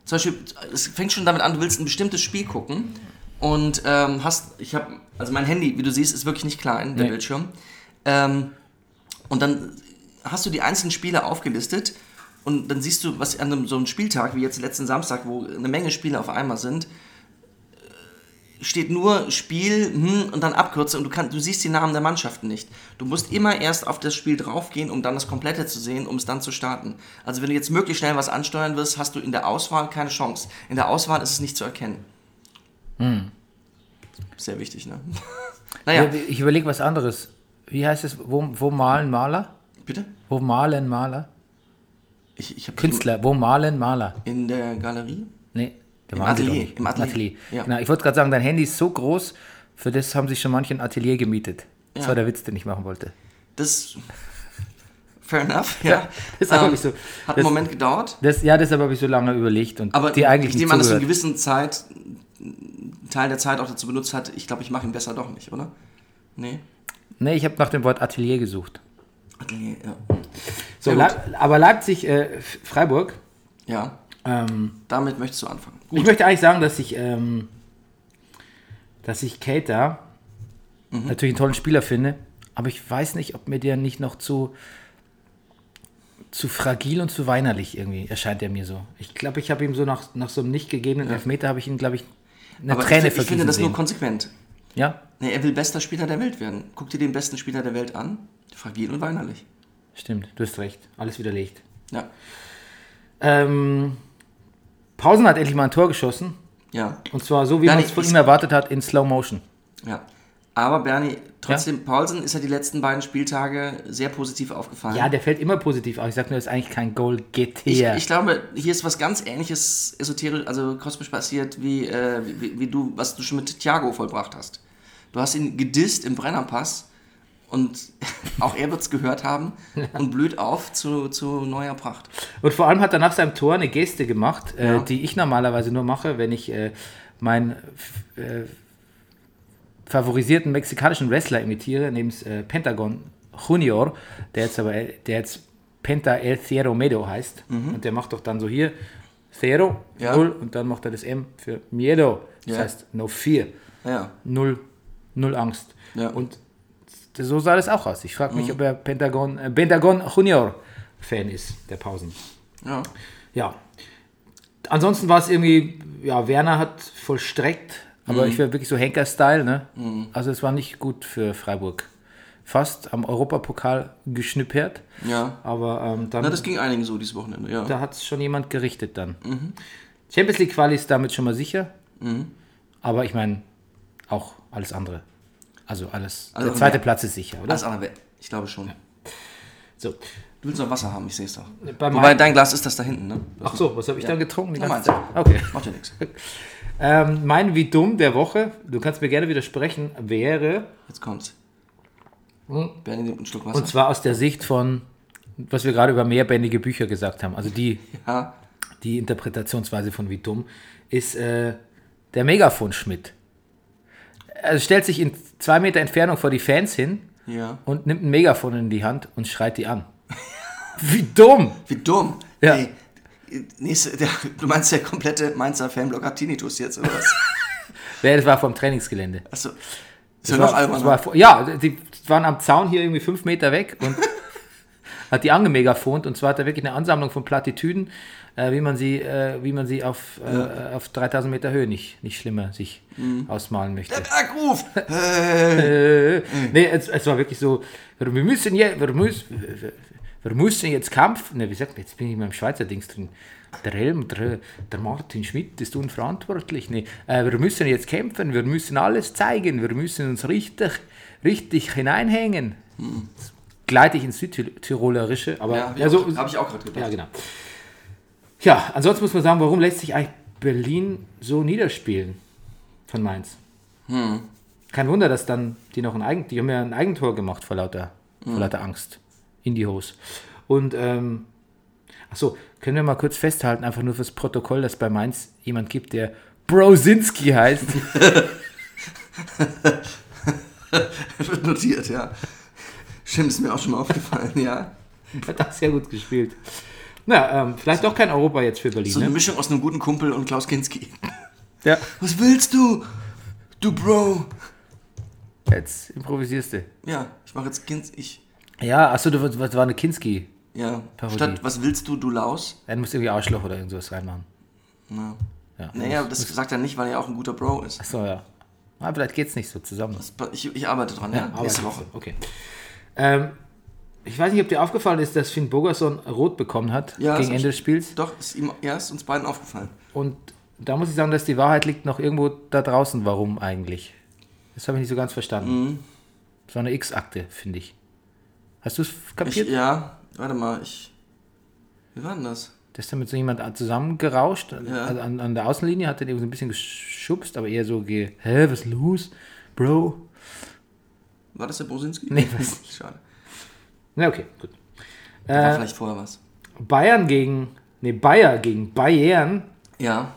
Zum Beispiel, es fängt schon damit an, du willst ein bestimmtes Spiel gucken und ähm, hast, ich habe, also mein Handy, wie du siehst, ist wirklich nicht klein, der Nee. Bildschirm. Ähm, und dann hast du die einzelnen Spiele aufgelistet und dann siehst du, was an einem, so einem Spieltag wie jetzt letzten Samstag, wo eine Menge Spiele auf einmal sind, steht nur Spiel hm, und dann Abkürzung und du, kann, du siehst die Namen der Mannschaften nicht. Du musst immer erst auf das Spiel draufgehen, um dann das Komplette zu sehen, um es dann zu starten. Also wenn du jetzt möglichst schnell was ansteuern wirst, hast du in der Auswahl keine Chance. In der Auswahl ist es nicht zu erkennen. Hm. Sehr wichtig, ne? naja, Ich- Ich überlege was anderes. Wie heißt es? Wo, wo malen Maler? bitte? Wo malen Maler? Ich, ich hab Künstler, wo malen Maler? In der Galerie? Nee, da Im waren sie Atelier, doch nicht. im Atelier. Ja. Genau, ich wollte gerade sagen, dein Handy ist so groß, für das haben sich schon manche ein Atelier gemietet. Das Ja. war der Witz, den ich machen wollte. Das. Fair enough, ja. Ähm, das ist aber nicht so. Hat Das- einen Moment gedauert. Das, ja, deshalb habe ich so lange überlegt und Aber die eigentlich ich nicht nehme an, dass du zugehört. einen gewissen Zeit, einen Teil der Zeit auch dazu benutzt hat, ich glaube, ich mache ihn besser doch nicht, oder? Nee. nee, ich habe nach dem Wort Atelier gesucht. Atelier, ja. So, Sehr gut. Leip- aber Leipzig, äh, F- Freiburg. ja. Ähm, Damit möchtest du anfangen. Gut. ich möchte eigentlich sagen, dass ich, ähm, dass ich Kater Mhm. natürlich einen tollen Spieler finde, aber ich weiß nicht, ob mir der nicht noch zu zu fragil und zu weinerlich irgendwie erscheint er mir so. Ich glaube, ich habe ihm so nach, nach so einem nicht gegebenen Elfmeter habe ich ihn, glaube ich, eine Aber Träne ich, ich finde vergießen das nur sehen. konsequent. Ja, Nee, er will bester Spieler der Welt werden. Guck dir den besten Spieler der Welt an. Fragil und weinerlich. stimmt. Du hast recht. Alles widerlegt. Ja. Ähm, Pausen hat endlich mal ein Tor geschossen. Ja. Und zwar so, wie Nein, man es ich- von ich- ihm erwartet hat, in Slow Motion. Ja. Aber Bernie, trotzdem, Paulsen ist ja die letzten beiden Spieltage sehr positiv aufgefallen. Ja, der fällt immer positiv auf. Ich sag nur, das ist eigentlich kein Ich, Goal-Getter. ich glaube, hier ist was ganz ähnliches esoterisch, also kosmisch passiert, wie, äh, wie, wie du, was du schon mit Thiago vollbracht hast. Du hast ihn gedisst im Brennerpass und auch er wird es gehört haben und blüht auf zu, zu neuer Pracht. Und vor allem hat er nach seinem Tor eine Geste gemacht, Ja. äh, die ich normalerweise nur mache, wenn ich äh, meinen f- äh, favorisierten mexikanischen Wrestler imitiere, nämlich äh, Pentagon Junior, der jetzt aber der jetzt Penta El Cero Medo heißt. Und der macht doch dann so hier Cero, Mhm. Ja. Null und dann macht er das M für Miedo. Das Ja. heißt No Fear, Ja, Null, Null Angst. Ja. Mhm. Und so sah das auch aus. Ich frage mich, ob er Pentagon, äh, Pentagon Junior Fan ist, der Pausen. ja. Ja. Ansonsten war es irgendwie, ja, Werner hat vollstreckt, Mhm. aber ich war wirklich so Henker-Style, ne? Also es war nicht gut für Freiburg. Fast am Europapokal geschnippert, ja. aber ähm, dann, Na, das ging einigen so dieses Wochenende, ja. da hat es schon jemand gerichtet dann. Mhm. Champions League Quali ist damit schon mal sicher, aber ich meine, auch alles andere. Also alles. Also, der zweite ja. Platz ist sicher, oder? Alles andere, weg. ich glaube schon. so. Du willst noch Wasser haben, ich sehe es doch. Bei Wobei, mein- dein Glas ist das da hinten, ne? Ach so, was habe ich dann getrunken? Die Ja, ganze meins. Zeit? Okay. Macht ja nichts. Äh. Ähm, mein Wie dumm der Woche, du kannst mir gerne widersprechen, wäre, Jetzt kommt's. Bernie nimmt einen Schluck Wasser. Hm? und zwar aus der Sicht von, was wir gerade über mehrbändige Bücher gesagt haben, also die, ja. die Interpretationsweise von Wie dumm, ist äh, der Megafon Schmidt. Er stellt sich in zwei Meter Entfernung vor die Fans hin ja. und nimmt ein Megafon in die Hand und schreit die an. Wie dumm! Wie dumm. Ja. Ey, nächste, der, du meinst der komplette Mainzer Fanblock hat Tinnitus jetzt, oder was? Ja, Das war vom Trainingsgelände. Achso. Ist ja noch ne? war- das alberner. war vor- ja, die waren am Zaun hier irgendwie fünf Meter weg und hat die angemegafont und zwar hat er wirklich eine Ansammlung von Plattitüden, äh, wie man sie, äh, wie man sie auf, äh, auf 3000 Meter Höhe nicht, nicht schlimmer sich Mhm. ausmalen möchte. Der Berg ruft! Äh, nee, es, es war wirklich so, wir müssen jetzt, wir müssen, wir- wir müssen jetzt Kampf, ne, wie sagt man, jetzt bin ich in meinem Schweizer Dings drin. Der Helm, der, der Martin Schmidt ist unverantwortlich. Nee, äh, wir müssen jetzt kämpfen, wir müssen alles zeigen, wir müssen uns richtig, richtig hineinhängen. gleite ich ins Südtirolerische, aber Ja, hab ich ja, auch- hab ich auch gerade gedacht. Ja, genau. Ja, ansonsten muss man sagen, warum lässt sich eigentlich Berlin so niederspielen von Mainz? Kein Wunder, dass dann die noch ein Eigen, die haben ja ein Eigentor gemacht vor lauter, vor lauter Angst in die Hose. Und ähm, achso, können wir mal kurz festhalten, einfach nur fürs Protokoll, dass bei Mainz jemand gibt, der Brosinski heißt. Wird notiert, ja. Stimmt, ist mir auch schon mal aufgefallen, ja. Hat das sehr gut gespielt. Na, ähm, vielleicht doch kein Europa jetzt für Berlin. So eine ne? Mischung aus einem guten Kumpel und Klaus Kinski. Ja. Was willst du? Du Bro. Jetzt improvisierst du. Ja, ich mache jetzt Kinski. Ich, Ja, achso, du- das war eine Kinski. ja. Parodie. Statt was willst du, du Laus? Dann musst du irgendwie Arschloch oder irgendwas reinmachen. Ja. Ja. Naja, das sagt er nicht, weil er auch ein guter Bro ist. Achso, ja. Ah, vielleicht geht's nicht so zusammen. Ich, ich arbeite dran, ja. Nächste aber- Woche. Okay. Ähm, ich weiß nicht, ob dir aufgefallen ist, dass Finn Bogerson rot bekommen hat Ja, gegen das- Ende des Spiels. Doch, ist ihm ja, ist uns beiden aufgefallen. Und da muss ich sagen, dass die Wahrheit liegt noch irgendwo da draußen. Warum eigentlich? Das habe ich nicht so ganz verstanden. Mhm. Das war eine X-Akte, finde ich. Hast du es Ich, kapiert? ja, warte mal, ich. Wie war denn das? dass damit so jemand zusammengerauscht Ja. also an, an der Außenlinie, hat den eben so ein bisschen geschubst, aber eher so ge, hä, was ist los, Bro? War das der Bosinski? Nee, weiß Schade. Na okay, gut. Da Äh, war vielleicht vorher was. Bayern gegen, nee, Bayer gegen Bayern. Ja,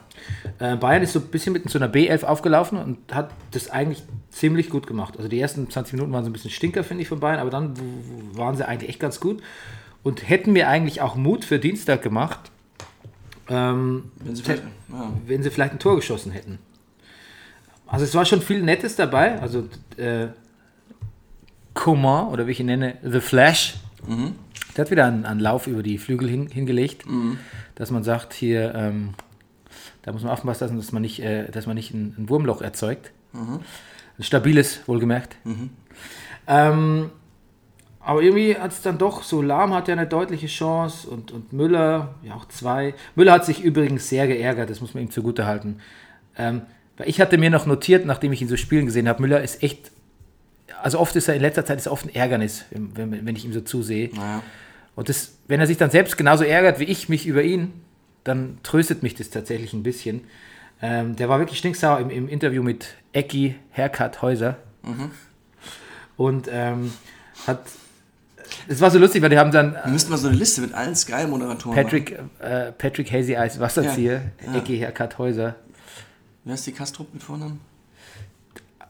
Äh, Bayern ist so ein bisschen mit so einer B11 aufgelaufen und hat das eigentlich ziemlich gut gemacht. Also die ersten 20 Minuten waren so ein bisschen Stinker, finde ich, von Bayern, aber dann w- w- waren sie eigentlich echt ganz gut und hätten mir eigentlich auch Mut für Dienstag gemacht. Ähm, wenn sie vielleicht. Ja. wenn sie vielleicht ein Tor geschossen hätten. Also es war schon viel Nettes dabei. Also äh, Coman, oder wie ich ihn nenne, The Flash, Mhm. der hat wieder einen, einen Lauf über die Flügel hin, hingelegt, Mhm. dass man sagt, hier, ähm, da muss man aufpassen, dass man nicht, äh, dass man nicht ein, ein Wurmloch erzeugt. Mhm. Ein stabiles, wohlgemerkt. Ähm, aber irgendwie hat es dann doch, so Lahm hat ja eine deutliche Chance und, und Müller, ja auch zwei. Müller hat sich übrigens sehr geärgert, das muss man ihm zugutehalten. Ähm, weil ich hatte mir noch notiert, nachdem ich ihn so spielen gesehen habe, Müller ist echt, also oft ist er in letzter Zeit ist er oft ein Ärgernis, wenn, wenn, wenn ich ihm so zusehe. Naja. Und das, wenn er sich dann selbst genauso ärgert wie ich mich über ihn, dann tröstet mich das tatsächlich ein bisschen. Ähm, der war wirklich stinksauer im, im Interview mit Ecki Haircut Häuser. Mhm. Und ähm, hat. Es war so lustig, weil die haben dann Wir müssten mal so eine Liste mit allen Sky-Moderatoren Patrick, äh, Patrick Hazy Eyes Wasserzieher, Ja, ja. Ecki Haircut Häuser. machen. Wer ist die Kastrup mit Vornamen?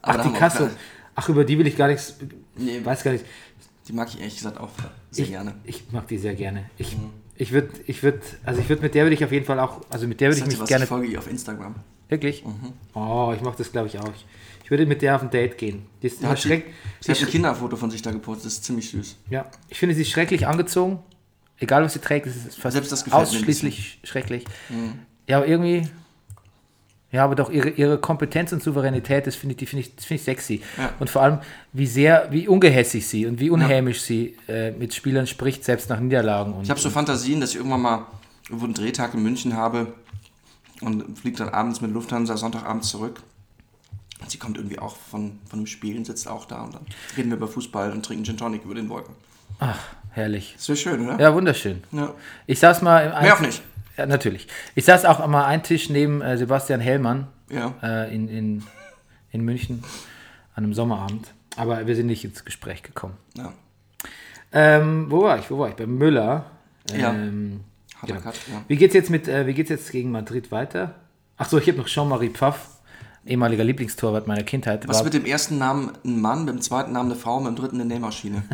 Aber Ach, da die haben wir Kasse. auch keine- Ach, über die will ich gar nichts. Nee. Weiß gar nicht. Die mag ich ehrlich gesagt auch sehr ich, gerne. Mhm. Ich mag die sehr gerne. Ich, ich würde, ich würd, also ich würde mit der würde ich auf jeden Fall auch, also mit der Das würde ich hatte mich was, gerne ich folge ihr auf Instagram. Wirklich? Mhm. Oh, ich mache das, glaube ich, auch. Ich- Ich würde mit der auf ein Date gehen. Die ist Ja, immer sie- schreck, Sie hat ein sie- Kinderfoto von sich da gepostet, das ist ziemlich süß. ja, ich finde sie ist schrecklich angezogen. Egal, was sie trägt, es ist fast Selbst das gefällt mir ein Mhm. ausschließlich schrecklich. Ja, aber irgendwie, ja, aber doch ihre, ihre Kompetenz und Souveränität, das finde ich, die finde ich, das finde ich sexy. Ja. Und vor allem, wie sehr, wie ungehässig sie und wie unhämisch sie äh, mit Spielern spricht, selbst nach Niederlagen. Und, Ich habe so Fantasien, dass ich irgendwann mal irgendwo einen Drehtag in München habe und fliegt dann abends mit Lufthansa Sonntagabends zurück. Und sie kommt irgendwie auch von, von einem Spiel und sitzt auch da und dann reden wir über Fußball und trinken Gin Tonic über den Wolken. Ach, herrlich. Das wäre schön, oder? Ja, wunderschön. Ja. Ich saß mal im Mehr auch nicht. Ja, natürlich. Ich saß auch mal einen Tisch neben äh, Sebastian Hellmann Ja. äh, in, in, in München an einem Sommerabend. Aber wir sind nicht ins Gespräch gekommen. ja. Ähm, wo war ich? Wo war ich? Bei Müller. Ja. Ähm, Harter genau. Cut, ja. Wie geht's jetzt mit, äh, wie geht's jetzt gegen Madrid weiter? Achso, ich habe noch Jean-Marie Pfaff, ehemaliger Lieblingstorwart meiner Kindheit. Was war- mit dem ersten Namen ein Mann, mit dem zweiten Namen eine Frau, mit dem dritten eine Nähmaschine?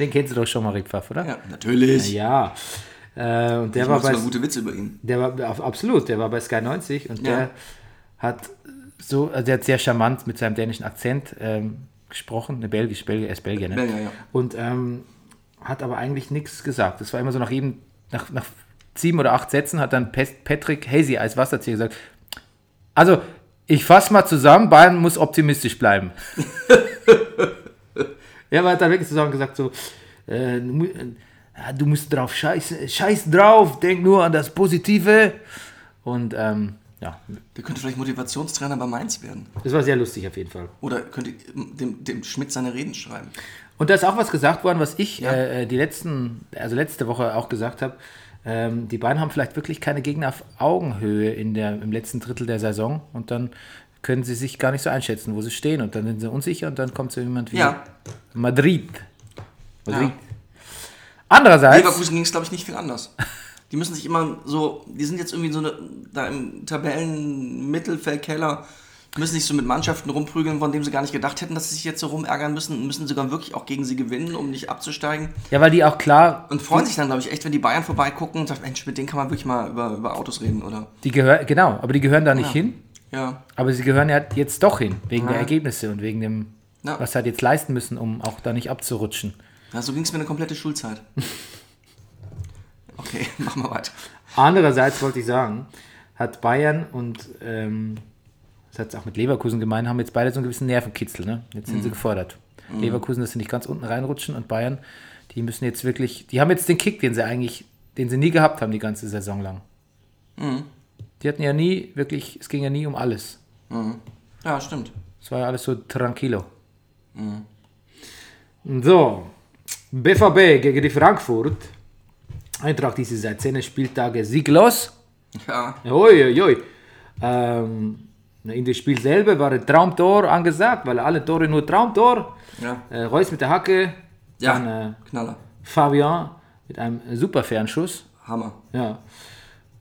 den kennst du doch Jean-Marie Pfaff, oder? Ja, natürlich. Ja. Äh, und der ich war mache bei sogar gute Witze über ihn. Der war auf- absolut, der war bei Sky 90 und Ja. der hat so, also der hat sehr charmant mit seinem dänischen Akzent ähm, gesprochen, eine Belgisch, Belgier, er ist Belgier, ne? Belgier, ja. Und ähm, hat aber eigentlich nichts gesagt. Das war immer so nach jedem, nach, nach sieben oder acht Sätzen hat dann Pest- Patrick Hazy als Wasserzieher gesagt, also ich fasse mal zusammen, Bayern muss optimistisch bleiben. ja, aber er hat dann wirklich zusammen gesagt so, äh, du mu- äh, ja, du musst drauf scheißen, scheiß drauf, denk nur an das Positive. Und ähm, ja, Der könnte vielleicht Motivationstrainer bei Mainz werden. das war sehr lustig auf jeden Fall. Oder könnte ähm, dem, dem Schmidt seine Reden schreiben. Und da ist auch was gesagt worden, was ich äh, äh, die letzten, also letzte Woche auch gesagt habe. Ähm, die Bayern haben vielleicht wirklich keine Gegner auf Augenhöhe in der, im letzten Drittel der Saison und dann können sie sich gar nicht so einschätzen, wo sie stehen und dann sind sie unsicher und dann kommt so jemand wie Ja. Madrid. Madrid. Ja. Andererseits, Leverkusen ging es, glaube ich, nicht viel anders. Die müssen sich immer so, die sind jetzt irgendwie so eine, da im Tabellenmittelfeldkeller, müssen sich so mit Mannschaften rumprügeln, von denen sie gar nicht gedacht hätten, dass sie sich jetzt so rumärgern müssen und müssen sogar wirklich auch gegen sie gewinnen, um nicht abzusteigen. ja, weil die auch klar Und freuen sich dann, glaube ich, echt, wenn die Bayern vorbeigucken und sagen, Mensch, mit denen kann man wirklich mal über, über Autos reden, oder? Die gehören, genau, aber die gehören da nicht hin. Ja. Aber sie gehören ja jetzt doch hin, wegen der Ergebnisse und wegen dem, Ja. was sie halt jetzt leisten müssen, um auch da nicht abzurutschen. ja so ging es mir eine komplette Schulzeit. Okay, machen wir weiter. Andererseits wollte ich sagen, hat Bayern und, ähm, das hat es auch mit Leverkusen gemeint, haben jetzt beide so einen gewissen Nervenkitzel. Ne? Jetzt sind sie gefordert. Leverkusen, dass sie nicht ganz unten reinrutschen und Bayern, die müssen jetzt wirklich, die haben jetzt den Kick, den sie eigentlich, den sie nie gehabt haben die ganze Saison lang. Die hatten ja nie wirklich, es ging ja nie um alles. Ja, stimmt. Es war ja alles so tranquilo. Mhm. So, BVB gegen die Frankfurt. Eintracht ist seit 10 Spieltage sieglos. Ja, Oi, oi, oi. Ähm, in dem Spiel selber war ein Traumtor angesagt, weil alle Tore nur Traumtor. ja. Äh, Reus mit der Hacke, Ja, dann äh, Knaller. Fabian mit einem super Fernschuss. Hammer. Ja.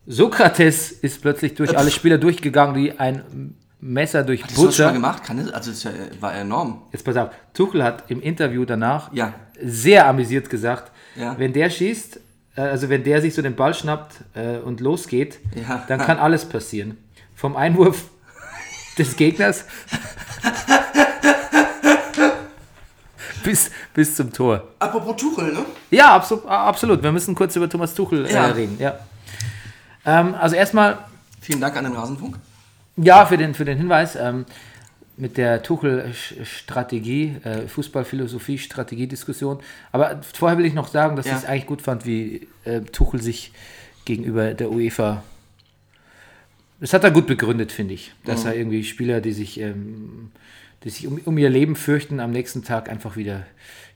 Sokrates ist plötzlich durch alle Spieler durchgegangen wie ein Messer durch Hast du das schon mal Butter. gemacht? Kann das, also, das ist ja, äh, war enorm. Jetzt pass auf, Tuchel hat im Interview danach Ja. sehr amüsiert gesagt, Ja. wenn der schießt, äh, also wenn der sich so den Ball schnappt äh, und losgeht, Ja. dann kann alles passieren. Vom Einwurf des Gegners bis, bis zum Tor. Apropos Tuchel, ne? Ja, absolut, absolut. Wir müssen kurz über Thomas Tuchel Ja. Äh, reden. Ja. Ähm, also erstmal Vielen Dank an den Rasenfunk. Ja, für den, für den Hinweis. Ähm, mit der Tuchel-Strategie, äh, Fußballphilosophie-Strategie-Diskussion. Aber vorher will ich noch sagen, dass Ja. ich es eigentlich gut fand, wie äh, Tuchel sich gegenüber der UEFA. Das hat er gut begründet, finde ich. Dass er irgendwie Spieler, die sich, ähm, die sich um, um ihr Leben fürchten, am nächsten Tag einfach wieder,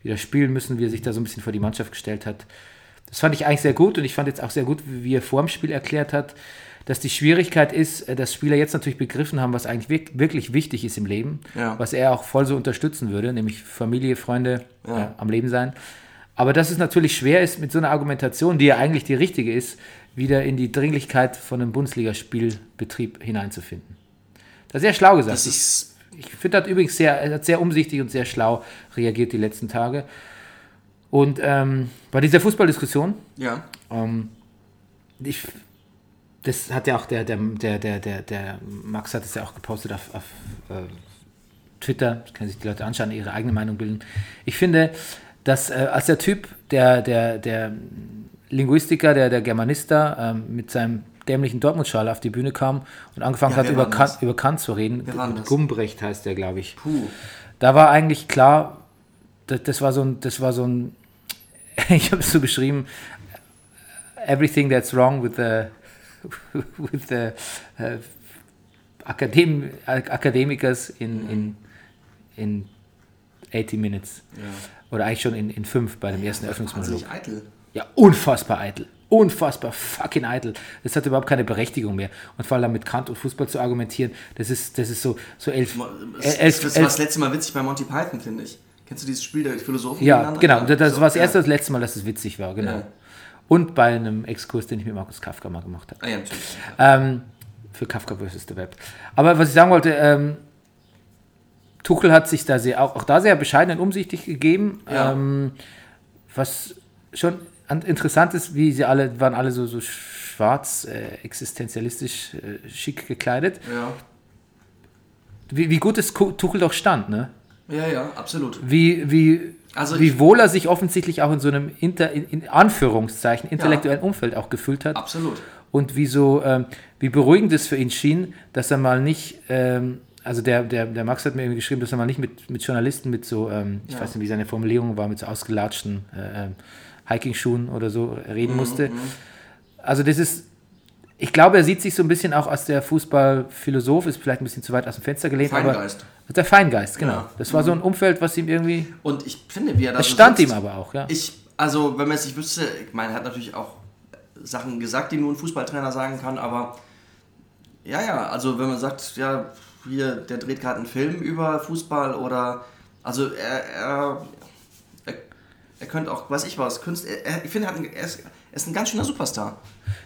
wieder spielen müssen, wie er sich da so ein bisschen vor die Mannschaft gestellt hat. Das fand ich eigentlich sehr gut und ich fand jetzt auch sehr gut, wie er vor dem Spiel erklärt hat, dass die Schwierigkeit ist, äh, dass Spieler jetzt natürlich begriffen haben, was eigentlich wirk- wirklich wichtig ist im Leben, Ja. was er auch voll so unterstützen würde, nämlich Familie, Freunde äh, am Leben sein. Aber dass es natürlich schwer ist, mit so einer Argumentation, die ja eigentlich die richtige ist, wieder in die Dringlichkeit von einem Bundesligaspielbetrieb hineinzufinden. Das ist sehr schlau gesagt. Das ist, Ich finde das übrigens sehr, er hat sehr umsichtig und sehr schlau reagiert die letzten Tage. Und ähm, bei dieser Fußballdiskussion, ja, ich, das hat ja auch der, der, der, der, der, der Max hat es ja auch gepostet auf, auf äh, Twitter, das können sich die Leute anschauen, ihre eigene Meinung bilden. Ich finde, dass äh, als der Typ, der, der, der Linguistiker, der, der Germanister ähm, mit seinem dämlichen Dortmund-Schal auf die Bühne kam und angefangen Ja, hat, wer über war Kant, das? über Kant zu reden, Wer war das? Gumbrecht heißt der, glaube ich. puh. Da war eigentlich klar, das, das war so ein, das war so ein, ich habe es so geschrieben, everything that's wrong with the, with the äh, Akadem, Ak- Akademikers in, in, in 80 Minutes. Oder eigentlich schon in, in 5 bei dem ersten Eröffnungsmonolog. Wahnsinnig eitel. Ja, unfassbar eitel. Unfassbar fucking eitel. Das hat überhaupt keine Berechtigung mehr. Und vor allem mit Kant und Fußball zu argumentieren, das ist, das ist so, so elf, äh, Das, elf, das war elf, das letzte Mal witzig bei Monty Python, finde ich. Kennst du dieses Spiel der Philosophen? Ja, gegeneinander? genau. Das, das so, war das erste Ja. und das letzte Mal, dass es witzig war, genau. Ja. Und bei einem Exkurs, den ich mit Markus Kafka mal gemacht habe. Ah, ja, natürlich. Ähm, für Kafka vs. The Web. Aber was ich sagen wollte, ähm, Tuchel hat sich da sehr, auch, auch da sehr bescheiden und umsichtig gegeben. Ja. Ähm, was schon an, interessant ist, wie sie alle, waren alle so, so schwarz, äh, existenzialistisch äh, schick gekleidet. Ja. Wie, wie gut es Ku- Tuchel doch stand, ne? ja, ja, absolut. wie, wie, Also wie ich- wohl er sich offensichtlich auch in so einem Inter, in, in Anführungszeichen intellektuellen Umfeld auch gefühlt hat. Absolut. Und wie so, ähm, wie beruhigend es für ihn schien, dass er mal nicht, ähm, also der, der, der Max hat mir eben geschrieben, dass er mal nicht mit, mit Journalisten mit so, ähm, ich weiß nicht, wie seine Formulierung war, mit so Mhm, ausgelatschten äh, ähm, Hiking-Schuhen oder so reden musste. Also das ist, Ich glaube, er sieht sich so ein bisschen auch als der Fußballphilosoph, ist vielleicht ein bisschen zu weit aus dem Fenster gelehnt. Feingeist. Aber der Feingeist, genau. Ja. Das war so ein Umfeld, was ihm irgendwie. Und ich finde, wie er da Es so stand sitzt, ihm aber auch, ja. Ich, also, wenn man es nicht wüsste, ich meine, er hat natürlich auch Sachen gesagt, die nur ein Fußballtrainer sagen kann, aber ja, ja, also, wenn man sagt, ja, hier, der dreht gerade einen Film über Fußball oder, also, er, er, er, er könnte auch, weiß ich was, Künst, er, er, ich finde, er, hat einen- er, ist, er ist ein ganz schöner Superstar.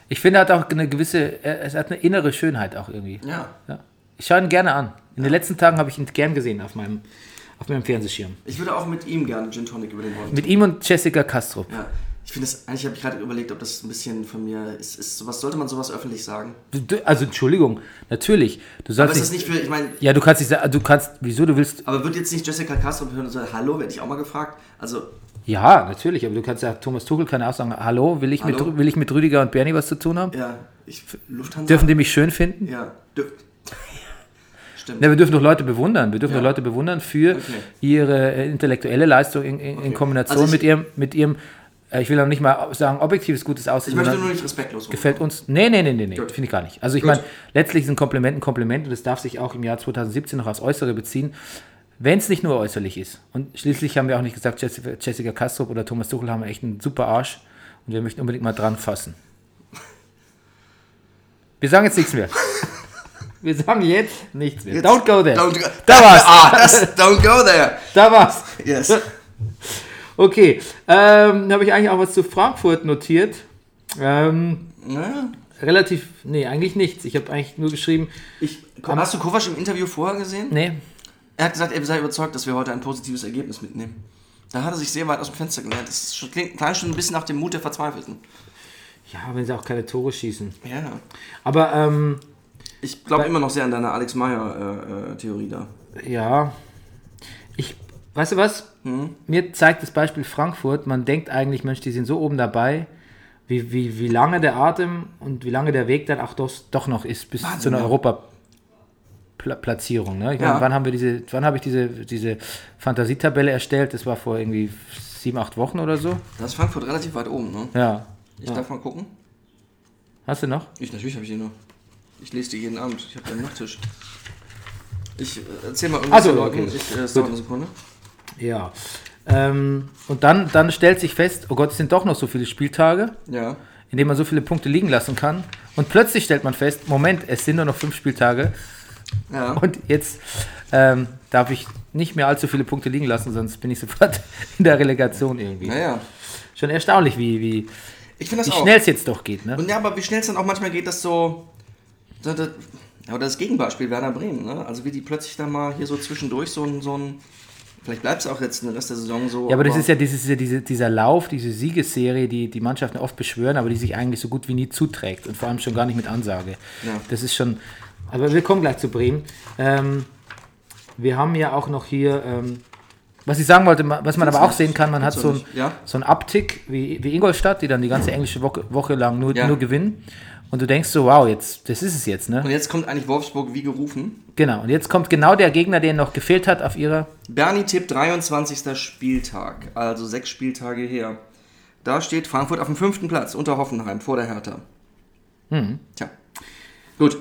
Ich finde, er hat auch eine gewisse. Er, es hat eine innere Schönheit auch irgendwie. Ja. Ja. Ich schaue ihn gerne an. In den letzten Tagen habe ich ihn gern gesehen auf meinem, auf meinem Fernsehschirm. Ich würde auch mit ihm gerne Gin Tonic über den Mund. Mit ihm und Jessica Castro. ja. Ich finde es, eigentlich habe ich gerade überlegt, ob das ein bisschen von mir ist. ist sowas, sollte man sowas öffentlich sagen? Du- du- Also Entschuldigung, natürlich. Du Aber sollst ist das nicht, nicht für, ich meine, Ja, du kannst nicht sagen, du kannst, wieso du willst. Aber wird jetzt nicht Jessica Castro hören und sagen, hallo, werde ich auch mal gefragt? Also, Ja, natürlich, aber du kannst ja Thomas Tuchel keine Aussagen. Hallo, will ich, Hallo? Mit, will ich mit Rüdiger und Bernie was zu tun haben? ja, ich, Lufthansa. Dürfen die mich schön finden? Ja, dür Stimmt. Ja, wir dürfen doch Leute bewundern. Wir dürfen doch Leute bewundern für Okay. ihre äh, intellektuelle Leistung in, in, in Kombination Also ich- mit ihrem, mit ihrem, äh, ich will auch nicht mal sagen, objektives gutes ich Aussehen. möchte sondern- nur nicht respektlos rumkommen. Gefällt uns. Nee, nee, nee, nee, nee. Gut. Finde ich gar nicht. Also ich Gut. meine, letztlich sind Komplimenten Komplimente und das darf sich auch im Jahr 2017 noch aufs Äußere beziehen, wenn es nicht nur äußerlich ist. Und schließlich haben wir auch nicht gesagt, Jessica, Jessica Kastrup oder Thomas Tuchel haben echt einen super Arsch und wir möchten unbedingt mal dran fassen. Wir sagen jetzt nichts mehr. Wir sagen jetzt nichts mehr. Don't go there. Don't go- da war's. Ah, das, don't go there! Da war's. Yes. Okay. Ähm, dann habe ich eigentlich auch was zu Frankfurt notiert. Ähm, Naja. Relativ, nee, eigentlich nichts. Ich habe eigentlich nur geschrieben, Ich, hast du Kovac im Interview vorher gesehen? nee, Er hat gesagt, er sei überzeugt, dass wir heute ein positives Ergebnis mitnehmen. Da hat er sich sehr weit aus dem Fenster gelehnt. Das ist schon- klingt klein schon ein bisschen nach dem Mut der Verzweifelten. ja, wenn sie auch keine Tore schießen. Ja. Aber, ähm, Ich glaube immer noch sehr an deine Alex Meyer-Theorie da. ja, ich, weißt du was? Mir zeigt das Beispiel Frankfurt, man denkt eigentlich, Mensch, die sind so oben dabei, wie, wie, wie lange der Atem und wie lange der Weg dann auch doch, doch noch ist bis zu einer Europa-Platzierung. Ne? Ich Ja. meine, wann haben wir diese, wann habe ich diese, diese Fantasietabelle erstellt? Das war vor irgendwie sieben, acht Wochen oder so. Da ist Frankfurt relativ weit oben, ne? Ja. Ich darf mal gucken. Hast du noch? Ich natürlich habe ich die noch. Ich lese die jeden Abend. Ich habe einen Nachttisch. Ich äh, erzähl mal irgendwas Ach so, zu Leuten. Also, okay. Ich, äh, es dauert eine Sekunde. Ja. Ähm, und dann, dann stellt sich fest, oh Gott, es sind doch noch so viele Spieltage, Ja. in denen man so viele Punkte liegen lassen kann. Und plötzlich stellt man fest, Moment, es sind nur noch fünf Spieltage Ja. und jetzt ähm, darf ich nicht mehr allzu viele Punkte liegen lassen, sonst bin ich sofort in der Relegation irgendwie. naja. Schon erstaunlich, wie, wie, Ich finde wie das auch. schnell es jetzt doch geht. Ne? Und ja, aber wie schnell es dann auch manchmal geht, dass so. Da, da, ja, oder das Gegenbeispiel Werder Bremen, ne? Also wie die plötzlich dann mal hier so zwischendurch so ein. So ein vielleicht bleibt es auch jetzt den Rest der Saison so. Ja, aber das ist ja, das ist ja diese, dieser Lauf, diese Siegesserie, die die Mannschaften oft beschwören, aber die sich eigentlich so gut wie nie zuträgt und vor allem schon gar nicht mit Ansage. Ja. Das ist schon. Aber wir kommen gleich zu Bremen. Ähm, wir haben ja auch noch hier, ähm, was ich sagen wollte, ma- was man aber auch sehen kann, man hat Gibt's so auch ein, nicht. Ja. so ein Abtick wie, wie Ingolstadt, die dann die ganze englische Woche, Woche lang nur, Ja. nur gewinnen. Und du denkst so, wow, jetzt, das ist es jetzt, ne? Und jetzt kommt eigentlich Wolfsburg wie gerufen. Genau. Und jetzt kommt genau der Gegner, der ihnen noch gefehlt hat auf ihrer. Bernie Tipp, 23. Spieltag, also sechs Spieltage her. Da steht Frankfurt auf dem fünften Platz unter Hoffenheim vor der Hertha. Tja. Gut.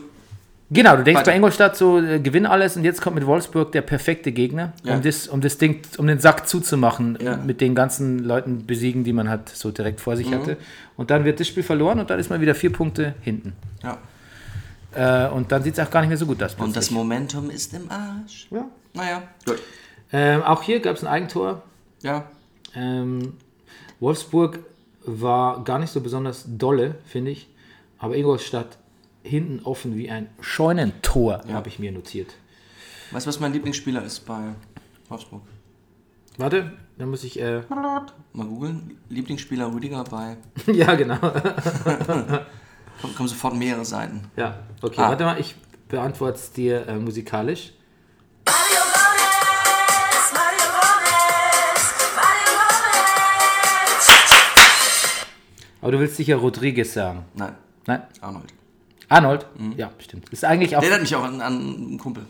Genau, du denkst Weiter. bei Ingolstadt so, äh, gewinn alles und jetzt kommt mit Wolfsburg der perfekte Gegner, Ja. um, das, um das Ding, um den Sack zuzumachen, Ja. Mhm. mit den ganzen Leuten besiegen, die man hat, so direkt vor sich hatte. Und dann wird das Spiel verloren und dann ist man wieder vier Punkte hinten. Ja. Äh, und dann sieht es auch gar nicht mehr so gut aus. Und das plötzlich. Momentum ist im Arsch. Ja. Naja. Gut. ähm, auch hier gab es ein Eigentor. Ja. Ähm, Wolfsburg war gar nicht so besonders dolle, finde ich. Aber Ingolstadt hinten offen wie ein Scheunentor, habe ich mir notiert. Weißt du, was mein Lieblingsspieler ist bei Wolfsburg? Warte, dann muss ich. Äh, Mal googeln. Lieblingsspieler Rüdiger bei. ja, genau. Komm, kommen sofort mehrere Seiten. Ja, okay, Ah. warte mal, ich beantworte es dir äh, musikalisch. Mario Gomez, Mario Gomez, Mario Gomez. Aber du willst sicher Rodriguez sagen. Nein. Nein, Arnold. Arnold? Ja, stimmt. Ist eigentlich auch. Mhm. Der erinnert mich auch an, an einen Kumpel.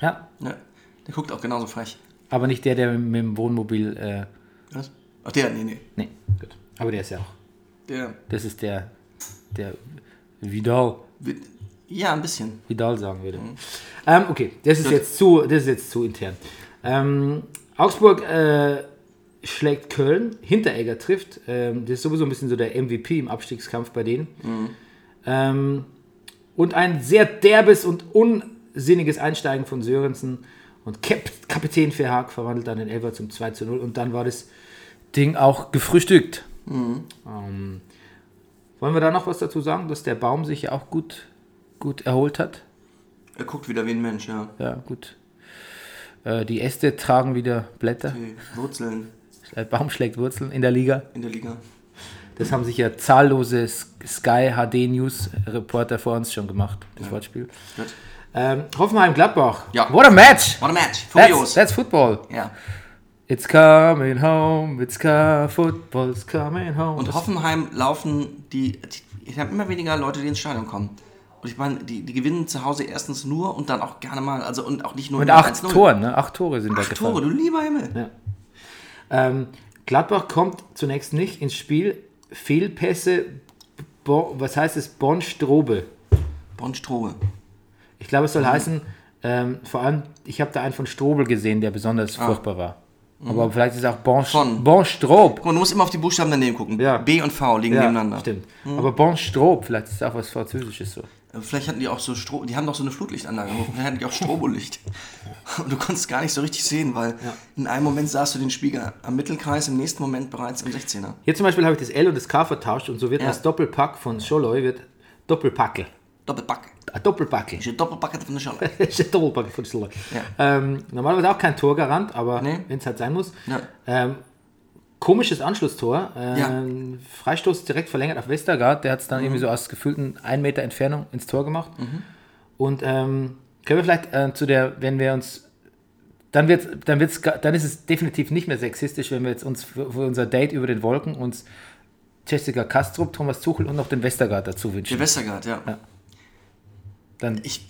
Ja, Ja. Der guckt auch genauso frech. aber nicht der, der mit dem Wohnmobil. Äh, Was? Ach, der, nee, nee. nee, gut. Aber der ist ja auch. Der. Das ist der, der Vidal. Ja, ein bisschen. Vidal sagen würde. Ähm, okay, das ist, jetzt zu, das ist jetzt zu intern. Ähm, Augsburg äh, schlägt Köln, Hinteregger trifft. Ähm, das ist sowieso ein bisschen so der MVP im Abstiegskampf bei denen. Ähm, und ein sehr derbes und unsinniges Einsteigen von Sörensen und Kap Kapitän Verhaag verwandelt dann den Elfer zum 2 zu 0 und dann war das Ding auch gefrühstückt. Ähm, wollen wir da noch was dazu sagen, dass der Baum sich ja auch gut, gut erholt hat? Er guckt wieder wie ein Mensch, ja. Ja, gut. Äh, die Äste tragen wieder Blätter. Die Wurzeln Der Baum schlägt Wurzeln in der Liga. in der Liga. Das haben sich ja zahllose S- Sky HD News Reporter vor uns schon gemacht, das Wortspiel. Gut. Ähm, Hoffenheim Gladbach. Ja. What a match! What a match. That's, Furios. that's football. ja. It's coming home, it's car football's coming home. Und Hoffenheim laufen die, die. Ich habe immer weniger Leute, die ins Stadion kommen. Und ich meine, die, die gewinnen zu Hause erstens nur und dann auch gerne mal, also und auch nicht nur Mit mit acht 1-0. Toren, ne? Acht Tore sind da Acht gefallen. Tore, du lieber Himmel. Ähm, Gladbach kommt zunächst nicht ins Spiel. Fehlpässe, Bo was heißt es? Bonn-Strobe. Bonn Strobe. Ich glaube, Mhm. es soll heißen, ähm, vor allem, ich habe da einen von Strobel gesehen, der besonders furchtbar war. Aber vielleicht ist es auch Bon, Ah. Mhm. Von. bon Strob. Guck mal, du musst immer auf die Buchstaben daneben gucken. Ja. B und V liegen nebeneinander. Mhm. stimmt. Aber Bon Strob, vielleicht ist es auch was Französisches so. Äh, Vielleicht hatten die auch so Stro die haben doch so eine Flutlichtanlage, aber vielleicht hatten die auch Strobolicht. Und du konntest gar nicht so richtig sehen, weil in einem Moment sahst du den Spieger am Mittelkreis, im nächsten Moment bereits im 16er. Hier zum Beispiel habe ich das L und das K vertauscht und so wird Ja. das Doppelpack von Scholloy wird Doppelpackel. Doppelback. Ein Doppelpackel. Ich Doppelback von der Schale. Das ist ein Doppelpack von Scholloy. Ja. Ähm, normalerweise auch kein Torgarant, aber Nee. wenn es halt sein muss. Ja. Ähm, komisches Anschlusstor. Ähm, Freistoß direkt verlängert auf Westergaard. Der hat es dann Mhm. irgendwie so aus gefühlten 1 Meter Entfernung ins Tor gemacht. Und ähm, können wir vielleicht äh, zu der, wenn wir uns. Dann, wird's, dann, wird's, ga- dann ist es definitiv nicht mehr sexistisch, wenn wir jetzt uns für, für unser Date über den Wolken uns Jessica Kastrup, Thomas Tuchel und noch den Westergaard dazu Der wünschen. Westergaard, ja. Dann, Ich,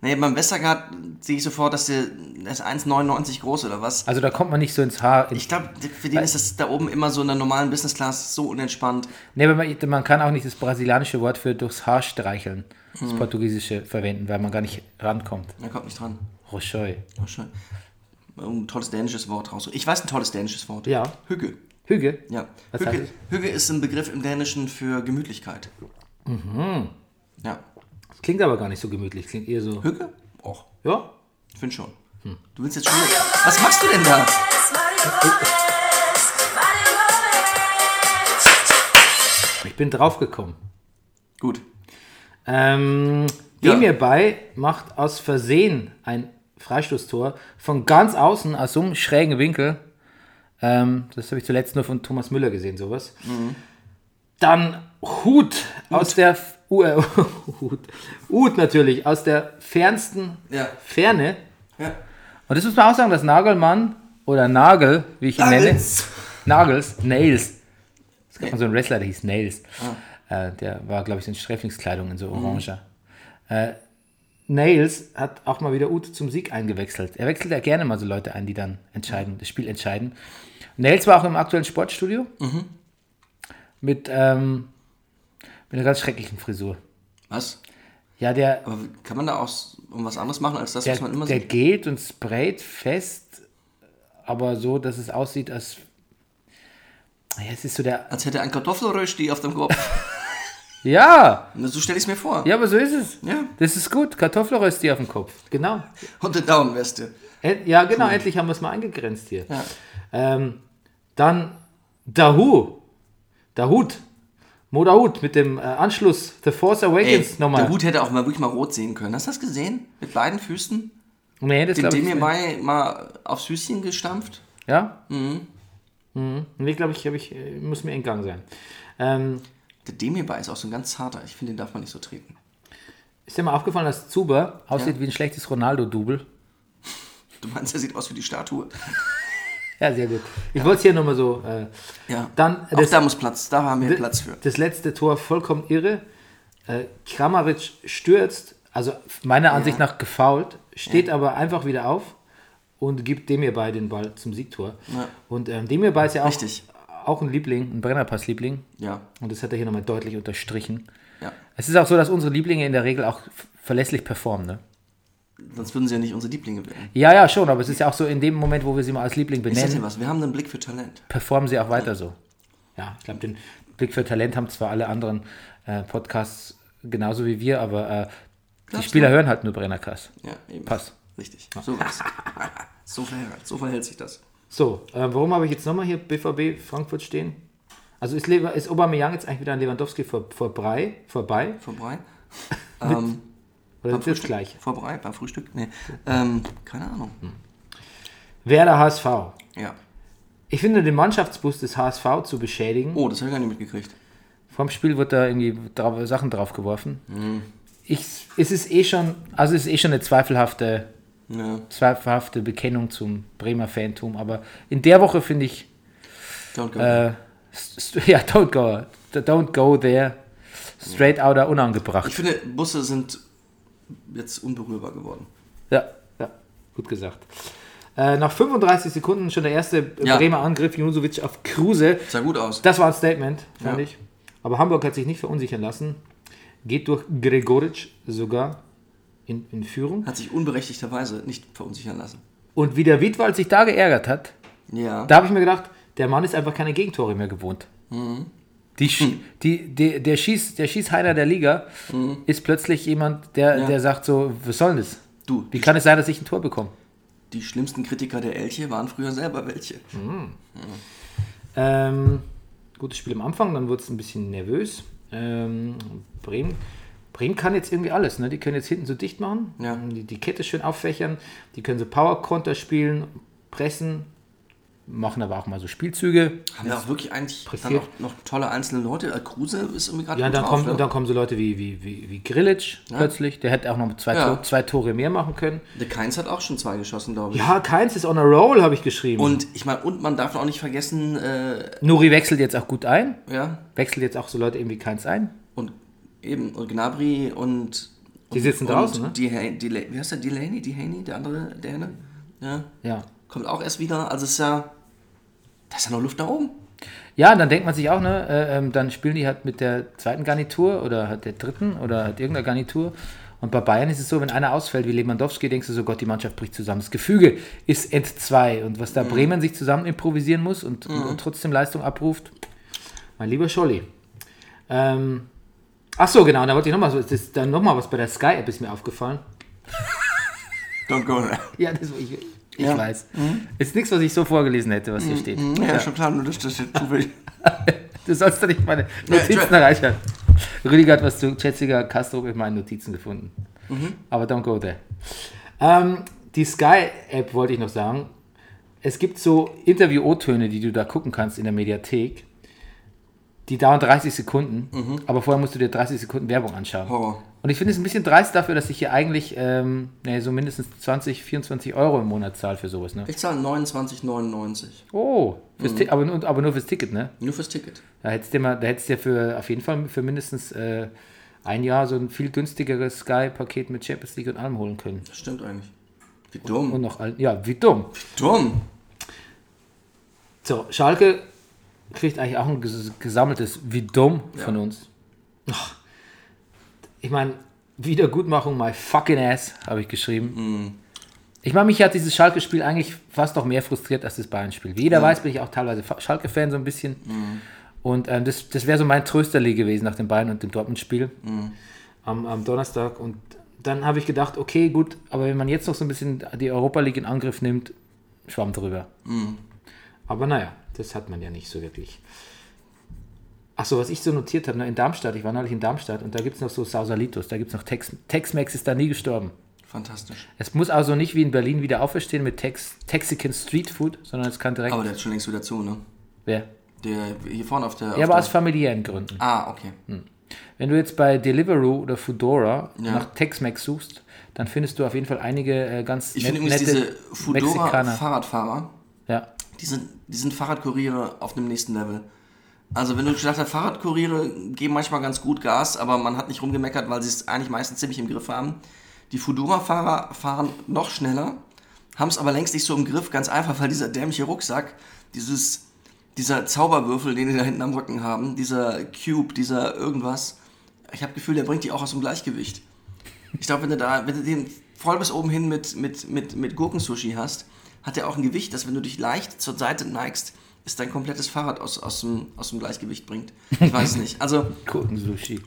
nee, beim Westergaard sehe ich sofort, dass der, der ist 1,99 groß oder was. also da kommt man nicht so ins Haar. Ins Ich glaube, für den ist das da oben immer so in der normalen Business Class so unentspannt. Nee, aber man, man kann auch nicht das brasilianische Wort für durchs Haar streicheln, das portugiesische verwenden, weil man gar nicht rankommt. Er kommt nicht dran. Rochoy. Oh, schön. Ein tolles dänisches Wort raus. Ich weiß ein tolles dänisches Wort. Ja. Hügge. Hüge? Ja. Was Hügge, heißt Hügge ist ein Begriff im Dänischen für Gemütlichkeit. Mhm. Ja. Das klingt aber gar nicht so gemütlich, klingt eher so. Hügge? Och, Ja? ich finde schon. Hm. Du willst jetzt schon. wieder- Was machst du denn da? Ich bin draufgekommen. Gut. Ähm, Ja. Demir bei macht aus Versehen ein Freistoßtor von ganz außen aus so einem schrägen Winkel. Ähm, das habe ich zuletzt nur von Thomas Müller gesehen, sowas. Dann Hut aus der F- U- äh, Hut. Hut natürlich aus der fernsten Ja. Ferne. Ja. Und das muss man auch sagen, dass Nagelmann oder Nagel, wie ich ihn nenne, Nagels. Nagels, Nails. Es gab mal so einen Wrestler, der hieß Nails. Ah. Äh, der war, glaube ich, in Sträflingskleidung in so Mhm. Orange. Äh, Nails hat auch mal wieder Ute zum Sieg eingewechselt. Er wechselt ja gerne mal so Leute ein, die dann Mhm. entscheiden, das Spiel entscheiden. Nails war auch im aktuellen Sportstudio mit, ähm, mit einer ganz schrecklichen Frisur. Was? Ja, der, Aber kann man da auch s- um was anderes machen als das, der, was man immer der sieht? geht und sprayt fest, aber so, dass es aussieht, als. Ja, es ist so der. Als hätte er ein Kartoffelrösti auf dem Kopf. Ja! Na, so stelle ich es mir vor. Ja, aber so ist es. Ja. Das ist gut. Kartoffelrösti auf dem Kopf. Genau. Und eine Daumenweste. En- Ja, genau. Endlich haben wir es mal eingegrenzt hier. Ähm, dann Dahu. Dahut. Modahut mit dem äh, Anschluss The Force Ey, Awakens nochmal. der Hut hätte auch mal wirklich mal rot sehen können. Hast du das gesehen? Mit beiden Füßen? Nee, das Den glaube ich. dem hier Nicht mehr. mal, mal aufs Füßchen gestampft? Ja? Mhm. Nee, glaube ich, hab ich, äh, muss mir entgangen sein. Ähm, Der Demirbei ist auch so ein ganz zarter. Ich finde, den darf man nicht so treten. Ist dir mal aufgefallen, dass Zuber aussieht wie ein schlechtes Ronaldo-Double? Du meinst, er sieht aus wie die Statue. Ja, sehr gut. Ich wollte es hier nochmal so. Äh, Ja. Dann, auch das- da muss Platz. Da haben wir Platz für. Das letzte Tor vollkommen irre. Äh, Kramaric stürzt, also meiner Ansicht nach gefault, steht aber einfach wieder auf und gibt Demirbay den Ball zum Siegtor. Und ähm, Demirbay ist ja auch, Richtig. auch ein Liebling, ein Brennerpass-Liebling. Ja. Und das hat er hier nochmal deutlich unterstrichen. Ja. Es ist auch so, dass unsere Lieblinge in der Regel auch f- verlässlich performen. Ne? Sonst würden sie ja nicht unsere Lieblinge werden. Ja, ja, schon, aber es ist ja auch so, in dem Moment, wo wir sie mal als Liebling Ich sag dir benennen, was, wir haben einen Blick für Talent. performen sie auch weiter so. Ja, ich glaube, den Blick für Talent haben zwar alle anderen äh, Podcasts genauso wie wir, aber äh, die Glaubst Spieler du? hören halt nur Brennerkass. Ja, eben. Pass. Richtig. So war's. so, verhält, so verhält sich das. So, äh, warum habe ich jetzt nochmal hier BVB Frankfurt stehen? Also ist, Lever ist Aubameyang jetzt eigentlich wieder an Lewandowski vor, vorbei? vorbei? Vorbei. Ähm, Oder ist jetzt gleich? Vorbei, beim Frühstück? Nee. Ähm, keine Ahnung. Hm. Werder HSV. Ja. Ich finde, den Mannschaftsbus des HSV zu beschädigen, Oh, das habe ich gar nicht mitgekriegt. Vorm Spiel wurde da irgendwie drauf, Sachen draufgeworfen. Ich, es ist eh schon, also es ist eh schon eine zweifelhafte, Ja. zweifelhafte Bekennung zum Bremer Fantum, aber in der Woche finde ich, Don't go. äh, s- s- ja, don't go, don't go there, straight outer ich unangebracht. finde, Busse sind jetzt unberührbar geworden. Ja, ja, gut gesagt. Äh, nach 35 Sekunden schon der erste Ja. Bremer Angriff, Junosovic auf Kruse. Sah gut aus. Das war ein Statement, fand Ja. ich. Aber Hamburg hat sich nicht verunsichern lassen. Geht durch Gregoric sogar in, in Führung. Hat sich unberechtigterweise nicht verunsichern lassen. Und wie der Wiedwald sich da geärgert hat, Ja. da habe ich mir gedacht, der Mann ist einfach keine Gegentore mehr gewohnt. Mhm. Die, Sch- Hm. die, die, der Schieß, der Schießheiner der Liga Mhm. ist plötzlich jemand, der, der sagt so, was soll denn das? Du, Wie die, kann es sein, dass ich ein Tor bekomme? die schlimmsten Kritiker der Elche waren früher selber welche. Hm. Ähm, gutes Spiel am Anfang, dann wurde es ein bisschen nervös. Ähm, Bremen, Bremen kann jetzt irgendwie alles. Ne? Die können jetzt hinten so dicht machen, Ja. die, die Kette schön auffächern, die können so Power-Konter spielen, pressen, machen aber auch mal so Spielzüge. Haben ja auch wirklich eigentlich dann Pressiert. auch noch tolle einzelne Leute. Äh, Kruse ist irgendwie gerade Ja, und gut dann, drauf, kommt, ne? und dann kommen so Leute wie, wie, wie, wie Grillitsch plötzlich. Der hätte auch noch zwei, Ja. Tor, zwei Tore mehr machen können. Der Keins hat auch schon zwei geschossen, glaube ich. Ja, keins ist on a roll, habe ich geschrieben. Und ich meine, und man darf auch nicht vergessen, äh, Nuri wechselt jetzt auch gut ein. ja, Wechselt jetzt auch so Leute eben wie keins ein. und eben, und Gnabry und. Die sitzen und draußen, ne? Die, die, wie heißt der? Delaney? Dehaney? Der andere Däne? Ja. Ja. Kommt auch erst wieder. Also es ist ja. Da ist ja noch Luft nach oben. Ja, dann denkt man sich auch, ne, äh, ähm, dann spielen die halt mit der zweiten Garnitur oder halt der dritten oder halt irgendeiner Garnitur. Und bei Bayern ist es so, wenn einer ausfällt wie Lewandowski, denkst du so, Gott, die Mannschaft bricht zusammen. Das Gefüge ist entzwei. Und was da Bremen sich zusammen improvisieren muss und, und trotzdem Leistung abruft, mein lieber Scholli. Ähm, ach so, genau, da wollte ich nochmal so, das ist dann nochmal was bei der Sky-App ist mir aufgefallen. Don't go there. Ja, das, ich, ich weiß. Ist nichts, was ich so vorgelesen hätte, was hier steht. Ja, schon klar, nur das, das ist zufällig. Du sollst doch nicht meine Notizen Entschuldigung. erreichen. Rüdiger hat was zu Chetziger Castro mit meinen Notizen gefunden. Mhm. Aber don't go there. Ähm, die Sky-App wollte ich noch sagen. Es gibt so Interview-O-Töne, die du da gucken kannst in der Mediathek. Die dauern 30 Sekunden, aber vorher musst du dir 30 Sekunden Werbung anschauen. Mhm. Horror. Und ich finde es ein bisschen dreist dafür, dass ich hier eigentlich ähm, nee, so mindestens 20, 24 Euro im Monat zahle für sowas. Ne? Ich Mhm. zahle 29,99. Oh, fürs Ti- aber, nur- aber nur fürs Ticket, ne? Nur fürs Ticket. Da hättest du mal, da hättest du ja für auf jeden Fall für mindestens äh, ein Jahr so ein viel günstigeres Sky-Paket mit Champions League und allem holen können. Das stimmt eigentlich. Wie dumm. Und noch all, ja, wie dumm. dumm. So, Schalke kriegt eigentlich auch ein ges- gesammeltes wie dumm von uns. Ach, Ich meine, Wiedergutmachung, my fucking ass, habe ich geschrieben. Ich meine, mich hat dieses Schalke-Spiel eigentlich fast noch mehr frustriert als das Bayern-Spiel. Wie jeder weiß, bin ich auch teilweise Fa- Schalke-Fan so ein bisschen. Und ähm, das, das wäre so mein Trösterli gewesen nach dem Bayern- und dem Dortmund-Spiel am, am Donnerstag. Und dann habe ich gedacht, okay, gut, aber wenn man jetzt noch so ein bisschen die Europa League in Angriff nimmt, schwamm drüber. Aber naja, das hat man ja nicht so wirklich. Achso, was ich so notiert habe, ne, in Darmstadt, ich war neulich in Darmstadt und da gibt es noch so Sausalitos, da gibt es noch Tex- Tex-Mex, ist da nie gestorben. Fantastisch. Es muss also nicht wie in Berlin wieder auferstehen mit Tex Texican Street Food, sondern es kann direkt. Aber der ist schon längst wieder zu, ne? wer? Der hier vorne auf der. Ja, auf aber der- aus familiären Gründen. Ah, okay. Wenn du jetzt bei Deliveroo oder Foodora Ja. nach Tex-Mex suchst, dann findest du auf jeden Fall einige äh, ganz Ich net- finde übrigens diese Mexikaner. Fudora-Fahrradfahrer, Ja. die sind, die sind Fahrradkuriere auf dem nächsten Level. Also wenn du gedacht hast, Fahrradkuriere geben manchmal ganz gut Gas, aber man hat nicht rumgemeckert, weil sie es eigentlich meistens ziemlich im Griff haben. Die Fudora-Fahrer fahren noch schneller, haben es aber längst nicht so im Griff, ganz einfach, weil dieser dämliche Rucksack, dieses, dieser Zauberwürfel, den die da hinten am Rücken haben, dieser Cube, dieser irgendwas, ich habe Gefühl, der bringt die auch aus dem Gleichgewicht. Ich glaube, wenn du da, wenn du den voll bis oben hin mit, mit, mit, mit Gurkensushi hast, hat er auch ein Gewicht, dass wenn du dich leicht zur Seite neigst, ist dein komplettes Fahrrad aus, aus, dem, aus dem Gleichgewicht bringt. Ich weiß es nicht. Also, Gurkensushi.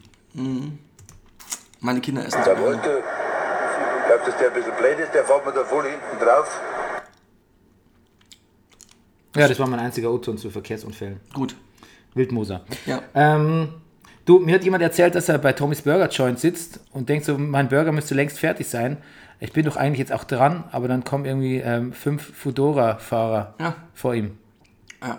meine Kinder essen Da das. wollte, ich glaube, dass der ein bisschen blöd ist, der fährt mir da voll hinten drauf. Ja, das war mein einziger O-Ton zu Verkehrsunfällen. Gut. Wildmoser. Ja. Ähm, du, mir hat jemand erzählt, dass er bei Tommy's Burger Joint sitzt und denkt so, mein Burger müsste längst fertig sein. Ich bin doch eigentlich jetzt auch dran, aber dann kommen irgendwie ähm, fünf Fudora-Fahrer Ja. vor ihm. Ja.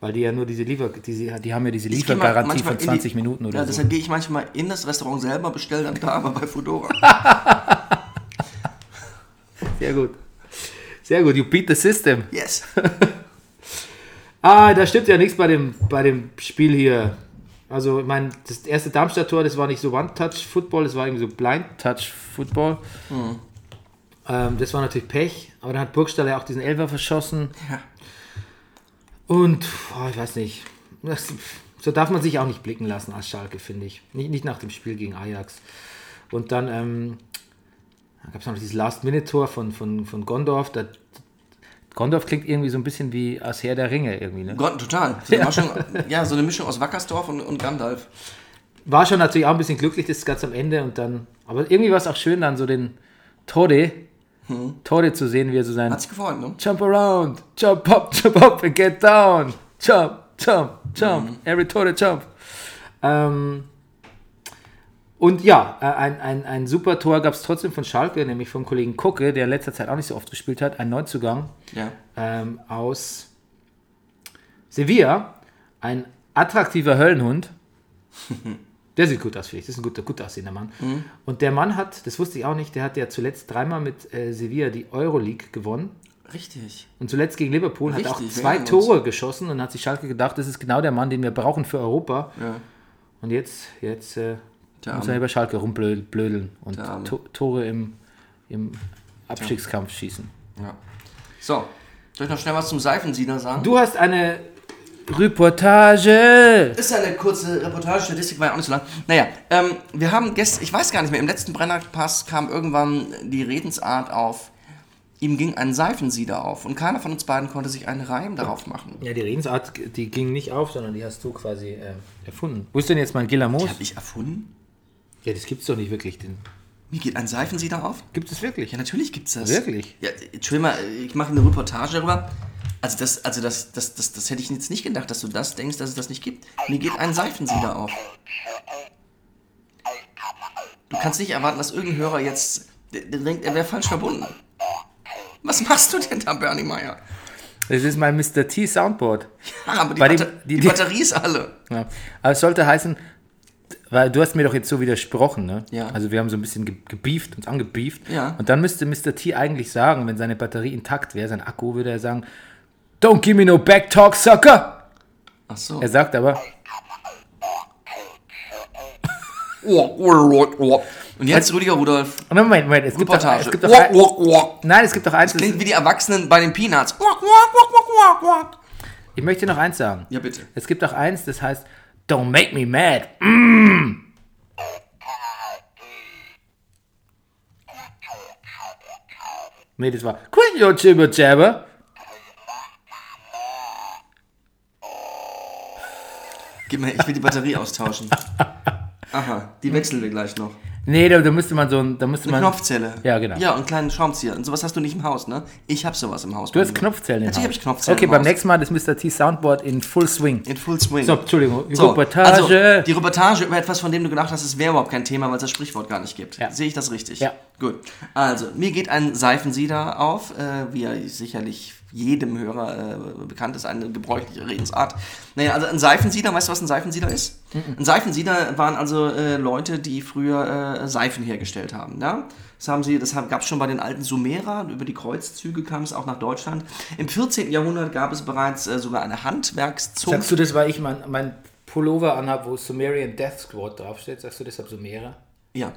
Weil die ja nur diese Liefer, diese, die haben ja diese Ich geh mal Liefergarantie manchmal von in die- 20 Minuten oder ja, so. Deshalb gehe ich manchmal in das Restaurant selber, bestelle dann da, aber bei Fudora. Sehr gut. Sehr gut, you beat the system. Yes. Oh Ah, da stimmt ja nichts bei dem, bei dem Spiel hier. Also, ich meine, das erste Darmstadt-Tor, das war nicht so One-Touch-Football, das war irgendwie so Blind-Touch-Football. Ähm, das war natürlich Pech, aber dann hat Burgstall ja auch diesen Elfer verschossen. Ja. Und, boah, ich weiß nicht. Das, so darf man sich auch nicht blicken lassen als Schalke, finde ich. Nicht, nicht nach dem Spiel gegen Ajax. Und dann, ähm, dann gab es noch dieses Last-Minute-Tor von, von, von Gondorf. Da, Gondorf klingt irgendwie so ein bisschen wie als Herr der Ringe irgendwie, ne? Gott, total. So eine, Mischung, ja, so eine Mischung aus Wackersdorf und, und Gandalf. war schon natürlich auch ein bisschen glücklich, das ganz am Ende und dann, aber irgendwie war es auch schön, dann so den Tode, Tode zu sehen, wie er so sein Mhm. Hat sich gefreut, ne? Jump around, jump up, jump up and get down, jump, jump, jump, every Tode jump. Ähm, und ja, äh, ein, ein, ein super Tor gab es trotzdem von Schalke, nämlich vom Kollegen Kucke, der in letzter Zeit auch nicht so oft gespielt hat, ein Neuzugang Ja. ähm, aus Sevilla, ein attraktiver Höllenhund. Der sieht gut aus, finde ich. Das ist ein guter, gut aussehender Mann. Und der Mann hat, das wusste ich auch nicht, der hat ja zuletzt dreimal mit äh, Sevilla die Euroleague gewonnen. Richtig. Und zuletzt gegen Liverpool hat er auch Richtig, zwei wir erinnern Tore geschossen und hat sich Schalke gedacht, das ist genau der Mann, den wir brauchen für Europa. Ja. Und jetzt, jetzt äh, Der muss Arme. er über Schalke rumblödeln und Der Arme. to Tore im, im Abstiegskampf schießen. Ja. So. Soll ich noch schnell was zum Seifensiener sagen? Du hast eine Reportage. ist ja eine kurze Reportage, Statistik war ja auch nicht so lang. Naja, ähm, wir haben gestern, ich weiß gar nicht mehr, im letzten Brennerpass kam irgendwann die Redensart auf, ihm ging ein Seifensieder auf und keiner von uns beiden konnte sich einen Reim darauf machen. Ja, die Redensart, die ging nicht auf, sondern die hast du quasi äh, erfunden. Wo ist denn jetzt mein Gilamos? Hab ich erfunden? Ja, das gibt's doch nicht wirklich. Den Mir geht ein Seifensieder auf? gibt es wirklich. Ja, natürlich gibt's das. Wirklich? Ja, Entschuldigung mal, ich mache eine Reportage darüber. Also das, also das, das, das, das hätte ich jetzt nicht gedacht, dass du das denkst, dass es das nicht gibt. Mir geht ein Seifensieder auf. Du kannst nicht erwarten, dass irgendein Hörer jetzt der, der denkt, er wäre falsch verbunden. Was machst du denn da, Bernie Meyer? Das ist mein Mr. T Soundboard. Ja, aber die, Bei dem- Batter die- die, die- Batterie ist alle. Ja. Aber es sollte heißen, weil du hast mir doch jetzt so widersprochen, ne? Ja. Also wir haben so ein bisschen ge- gebieft, uns angebieft. Ja. Und dann müsste Mr. T eigentlich sagen, wenn seine Batterie intakt wäre, sein Akku, würde er sagen, Don't give me no back talk, sucker! Ach so. Er sagt aber, oh, Und jetzt Rüdiger Rudolf. Moment, Moment, es gibt doch, Reportage. es gibt doch ein, Nein, es gibt doch eins, das, Klingt wie die Erwachsenen bei den Peanuts. ich möchte noch eins sagen. Ja, bitte. Es gibt auch eins, das heißt Don't make me mad. Mm. Nee, das war Quit your jibber jabber. Gib mir, ich will die Batterie austauschen. Aha, die wechseln wir gleich noch. Nee, da, da müsste man so ein, da müsste Eine man. Knopfzelle. Ja, genau. Ja, und einen kleinen Schraubenzieher. Und sowas hast du nicht im Haus, ne? Ich hab sowas im Haus. Du hast Knopfzellen. im Natürlich Haus. hab ich Knopfzellen Okay, im beim Haus. nächsten Mal das Mr. T Soundboard in Full Swing. In Full Swing. So, Entschuldigung, So, Also, Reportage. die Reportage über etwas, von dem du gedacht hast, es wäre überhaupt kein Thema, weil es das Sprichwort gar nicht gibt. Ja. Sehe ich das richtig? Ja. Gut. Also, mir geht ein Seifensieder auf, äh, wie er sicherlich jedem Hörer äh, bekannt ist, eine gebräuchliche Redensart. Naja, also ein Seifensieder, weißt du, was ein Seifensieder ist? Mhm. Ein Seifensieder waren also äh, Leute, die früher äh, Seifen hergestellt haben. Ja? Das haben sie, das gab es schon bei den alten Sumerern, über die Kreuzzüge kam es auch nach Deutschland. Im 14. Jahrhundert gab es bereits äh, sogar eine Handwerkszunft. Sagst du das, weil ich mein, mein Pullover anhab, wo Sumerian Death Squad draufsteht? Sagst du deshalb Sumerer? Ja,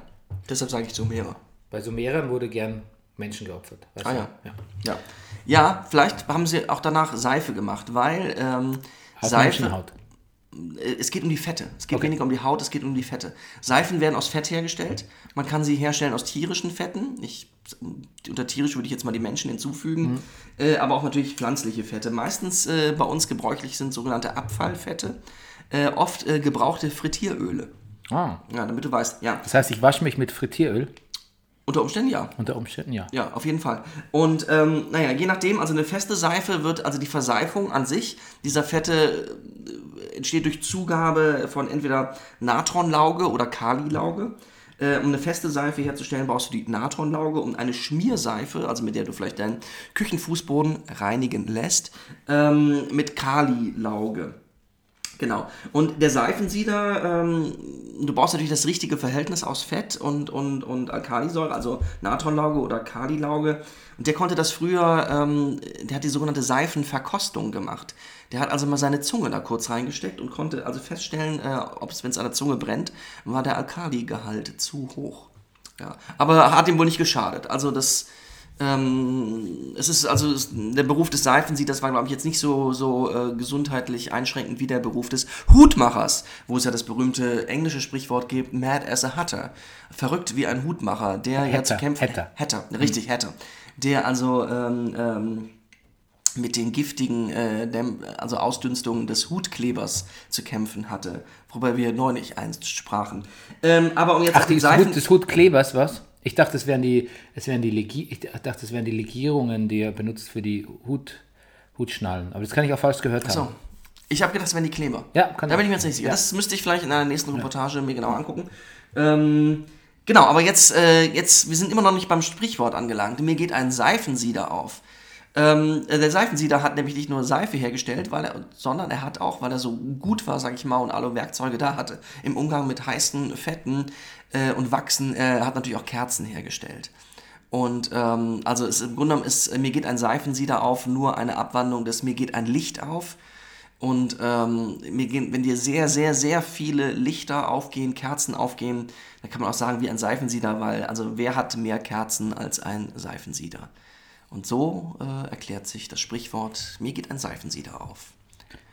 deshalb sage ich Sumerer. Bei Sumerern wurde gern Menschen geopfert. weißt Ah du? ja. ja. Ja. vielleicht haben sie auch danach Seife gemacht, weil ähm, Aus Seife. Menschenhaut. es geht um die Fette. Es geht Okay. weniger um die Haut, es geht um die Fette. Seifen werden aus Fett hergestellt. Man kann sie herstellen aus tierischen Fetten. Ich, unter tierisch würde ich jetzt mal die Menschen hinzufügen. Äh, aber auch natürlich pflanzliche Fette. Meistens äh, bei uns gebräuchlich sind sogenannte Abfallfette. Äh, oft äh, gebrauchte Frittieröle. Ah. Ja, damit du weißt, ja. Das heißt, ich wasche mich mit Frittieröl. Unter Umständen ja. Unter Umständen, ja. Ja, auf jeden Fall. Und ähm, naja, je nachdem, also eine feste Seife wird, also die Verseifung an sich dieser Fette äh, entsteht durch Zugabe von entweder Natronlauge oder Kalilauge. Äh, um eine feste Seife herzustellen, brauchst du die Natronlauge und eine Schmierseife, also mit der du vielleicht deinen Küchenfußboden reinigen lässt, ähm, mit Kalilauge. Genau. Und der Seifensieder, ähm, du brauchst natürlich das richtige Verhältnis aus Fett und, und, und Alkalisäure, also Natronlauge oder Kalilauge. Und der konnte das früher, ähm, der hat die sogenannte Seifenverkostung gemacht. Der hat also mal seine Zunge da kurz reingesteckt und konnte also feststellen, äh, ob es, wenn es an der Zunge brennt, war der Alkaligehalt zu hoch. Ja. Aber hat ihm wohl nicht geschadet. Also das, ähm, es ist also es, der Beruf des Seifensieders war, glaube ich, jetzt nicht so, so äh, gesundheitlich einschränkend wie der Beruf des Hutmachers, wo es ja das berühmte englische Sprichwort gibt, mad as a hatter. Verrückt wie ein Hutmacher, der ja zu Hatter, kämpfen. Hatter. Mhm. Hatter, richtig, Hatter. Der also ähm, ähm, mit den giftigen äh, Dämp also Ausdünstungen des Hutklebers zu kämpfen hatte, worüber wir neulich einst sprachen. Ähm, aber um jetzt Ach, auf den des, Seifen... Hut, des Hutklebers, was? Ich dachte, das wären die, es wären die Legi ich dachte, das wären die Legierungen, die er benutzt für die Hut, Hutschnallen. Aber das kann ich auch falsch gehört haben. So. Ich habe gedacht, es wären die Kleber. Ja, kann Da bin sein. ich mir jetzt nicht sicher. Ja. Das müsste ich vielleicht in einer nächsten Reportage mir genau angucken. Ähm, genau, aber jetzt, äh, jetzt, wir sind immer noch nicht beim Sprichwort angelangt. Mir geht ein Seifensieder auf. Ähm, äh, der Seifensieder hat nämlich nicht nur Seife hergestellt, weil er, sondern er hat auch, weil er so gut war, sag ich mal, und alle Werkzeuge da hatte, im Umgang mit heißen Fetten äh, und Wachsen, äh, hat natürlich auch Kerzen hergestellt. Und ähm, also es, im Grunde genommen ist äh, Mir geht ein Seifensieder auf nur eine Abwandlung des Mir geht ein Licht auf. Und ähm, mir gehen, wenn dir sehr, sehr, sehr viele Lichter aufgehen, Kerzen aufgehen, dann kann man auch sagen, wie ein Seifensieder, weil, also wer hat mehr Kerzen als ein Seifensieder? Und so äh, erklärt sich das Sprichwort, mir geht ein Seifensieder auf.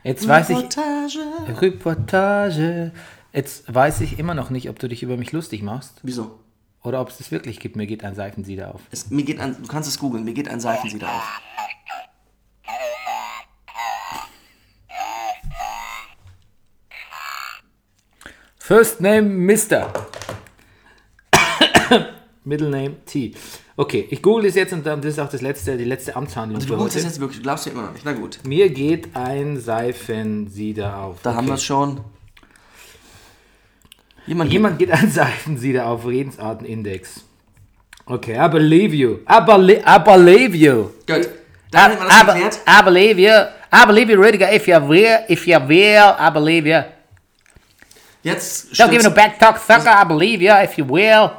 Jetzt weiß ich, Reportage. Reportage. Jetzt weiß ich immer noch nicht, ob du dich über mich lustig machst Wieso? oder ob es das wirklich gibt. Mir geht ein Seifensieder auf. Es, mir geht ein, du kannst es googeln, mir geht ein Seifensieder auf. First name Mister. Middle name T. Okay, ich google das jetzt und dann das ist auch das letzte, die letzte Amtshandlung. Also Du für googelst es heute. jetzt wirklich, du glaubst ja immer noch nicht. Na gut, Mir geht ein Seifensieder auf. da haben wir es schon. Jemand, Jemand geht ein Seifensieder auf Redensartenindex. Okay, I believe you. I, belie I believe you. Gut, da hat man das I, be geklärt. I believe you. I believe you, Rüdiger. If you will, if you will, I believe you. Jetzt Don't give me no stürzt- back talk, sucker. I believe you, if you will.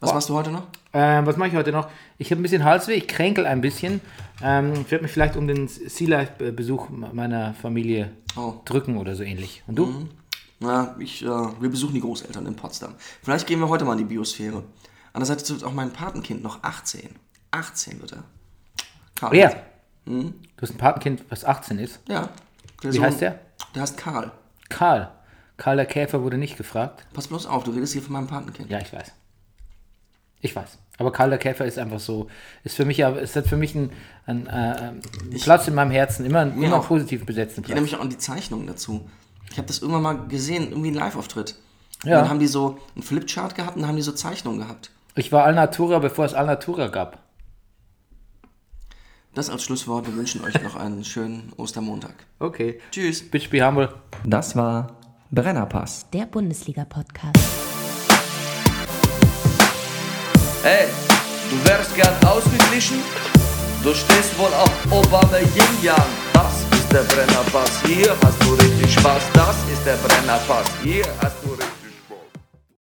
Was machst du heute noch? Ähm, was mache ich heute noch? Ich habe ein bisschen Halsweh, ich kränkel ein bisschen. Ähm, ich werde mich vielleicht um den Sea Life-Besuch meiner Familie Oh. drücken oder so ähnlich. Und du? Na, ich, äh, wir besuchen die Großeltern in Potsdam. Vielleicht gehen wir heute mal in die Biosphäre. Andererseits wird auch mein Patenkind noch 18. 18 wird er. Karl. Wer? Oh Du hast ein Patenkind, was 18 ist. Ja. Der Wie heißt der? Der heißt Karl. Karl. Karl der Käfer wurde nicht gefragt. Pass bloß auf, du redest hier von meinem Patenkind. Ja, ich weiß. Ich weiß. Aber Karl der Käfer ist einfach so, ist für mich ja, es hat für mich einen, einen, äh, einen Platz in meinem Herzen, immer, einen- immer einen auch. positiv besetzten Ich erinnere Platz. mich auch an die Zeichnungen dazu. Ich habe das irgendwann mal gesehen, irgendwie ein Live-Auftritt. Ja. Ja. Dann haben die so einen Flipchart gehabt und dann haben die so Zeichnungen gehabt. Ich war Alnatura, bevor es Alnatura gab. Das als Schlusswort. Wir wünschen euch noch einen schönen Ostermontag. Okay. Tschüss. Bitch be humble. Das war Brennerpass. Der Bundesliga-Podcast. Ey, du wärst gern ausgeglichen? Du stehst wohl auf Obama Yin Yang. Das ist der Brennerpass, hier hast du richtig Spaß. Das ist der Brennerpass, hier hast du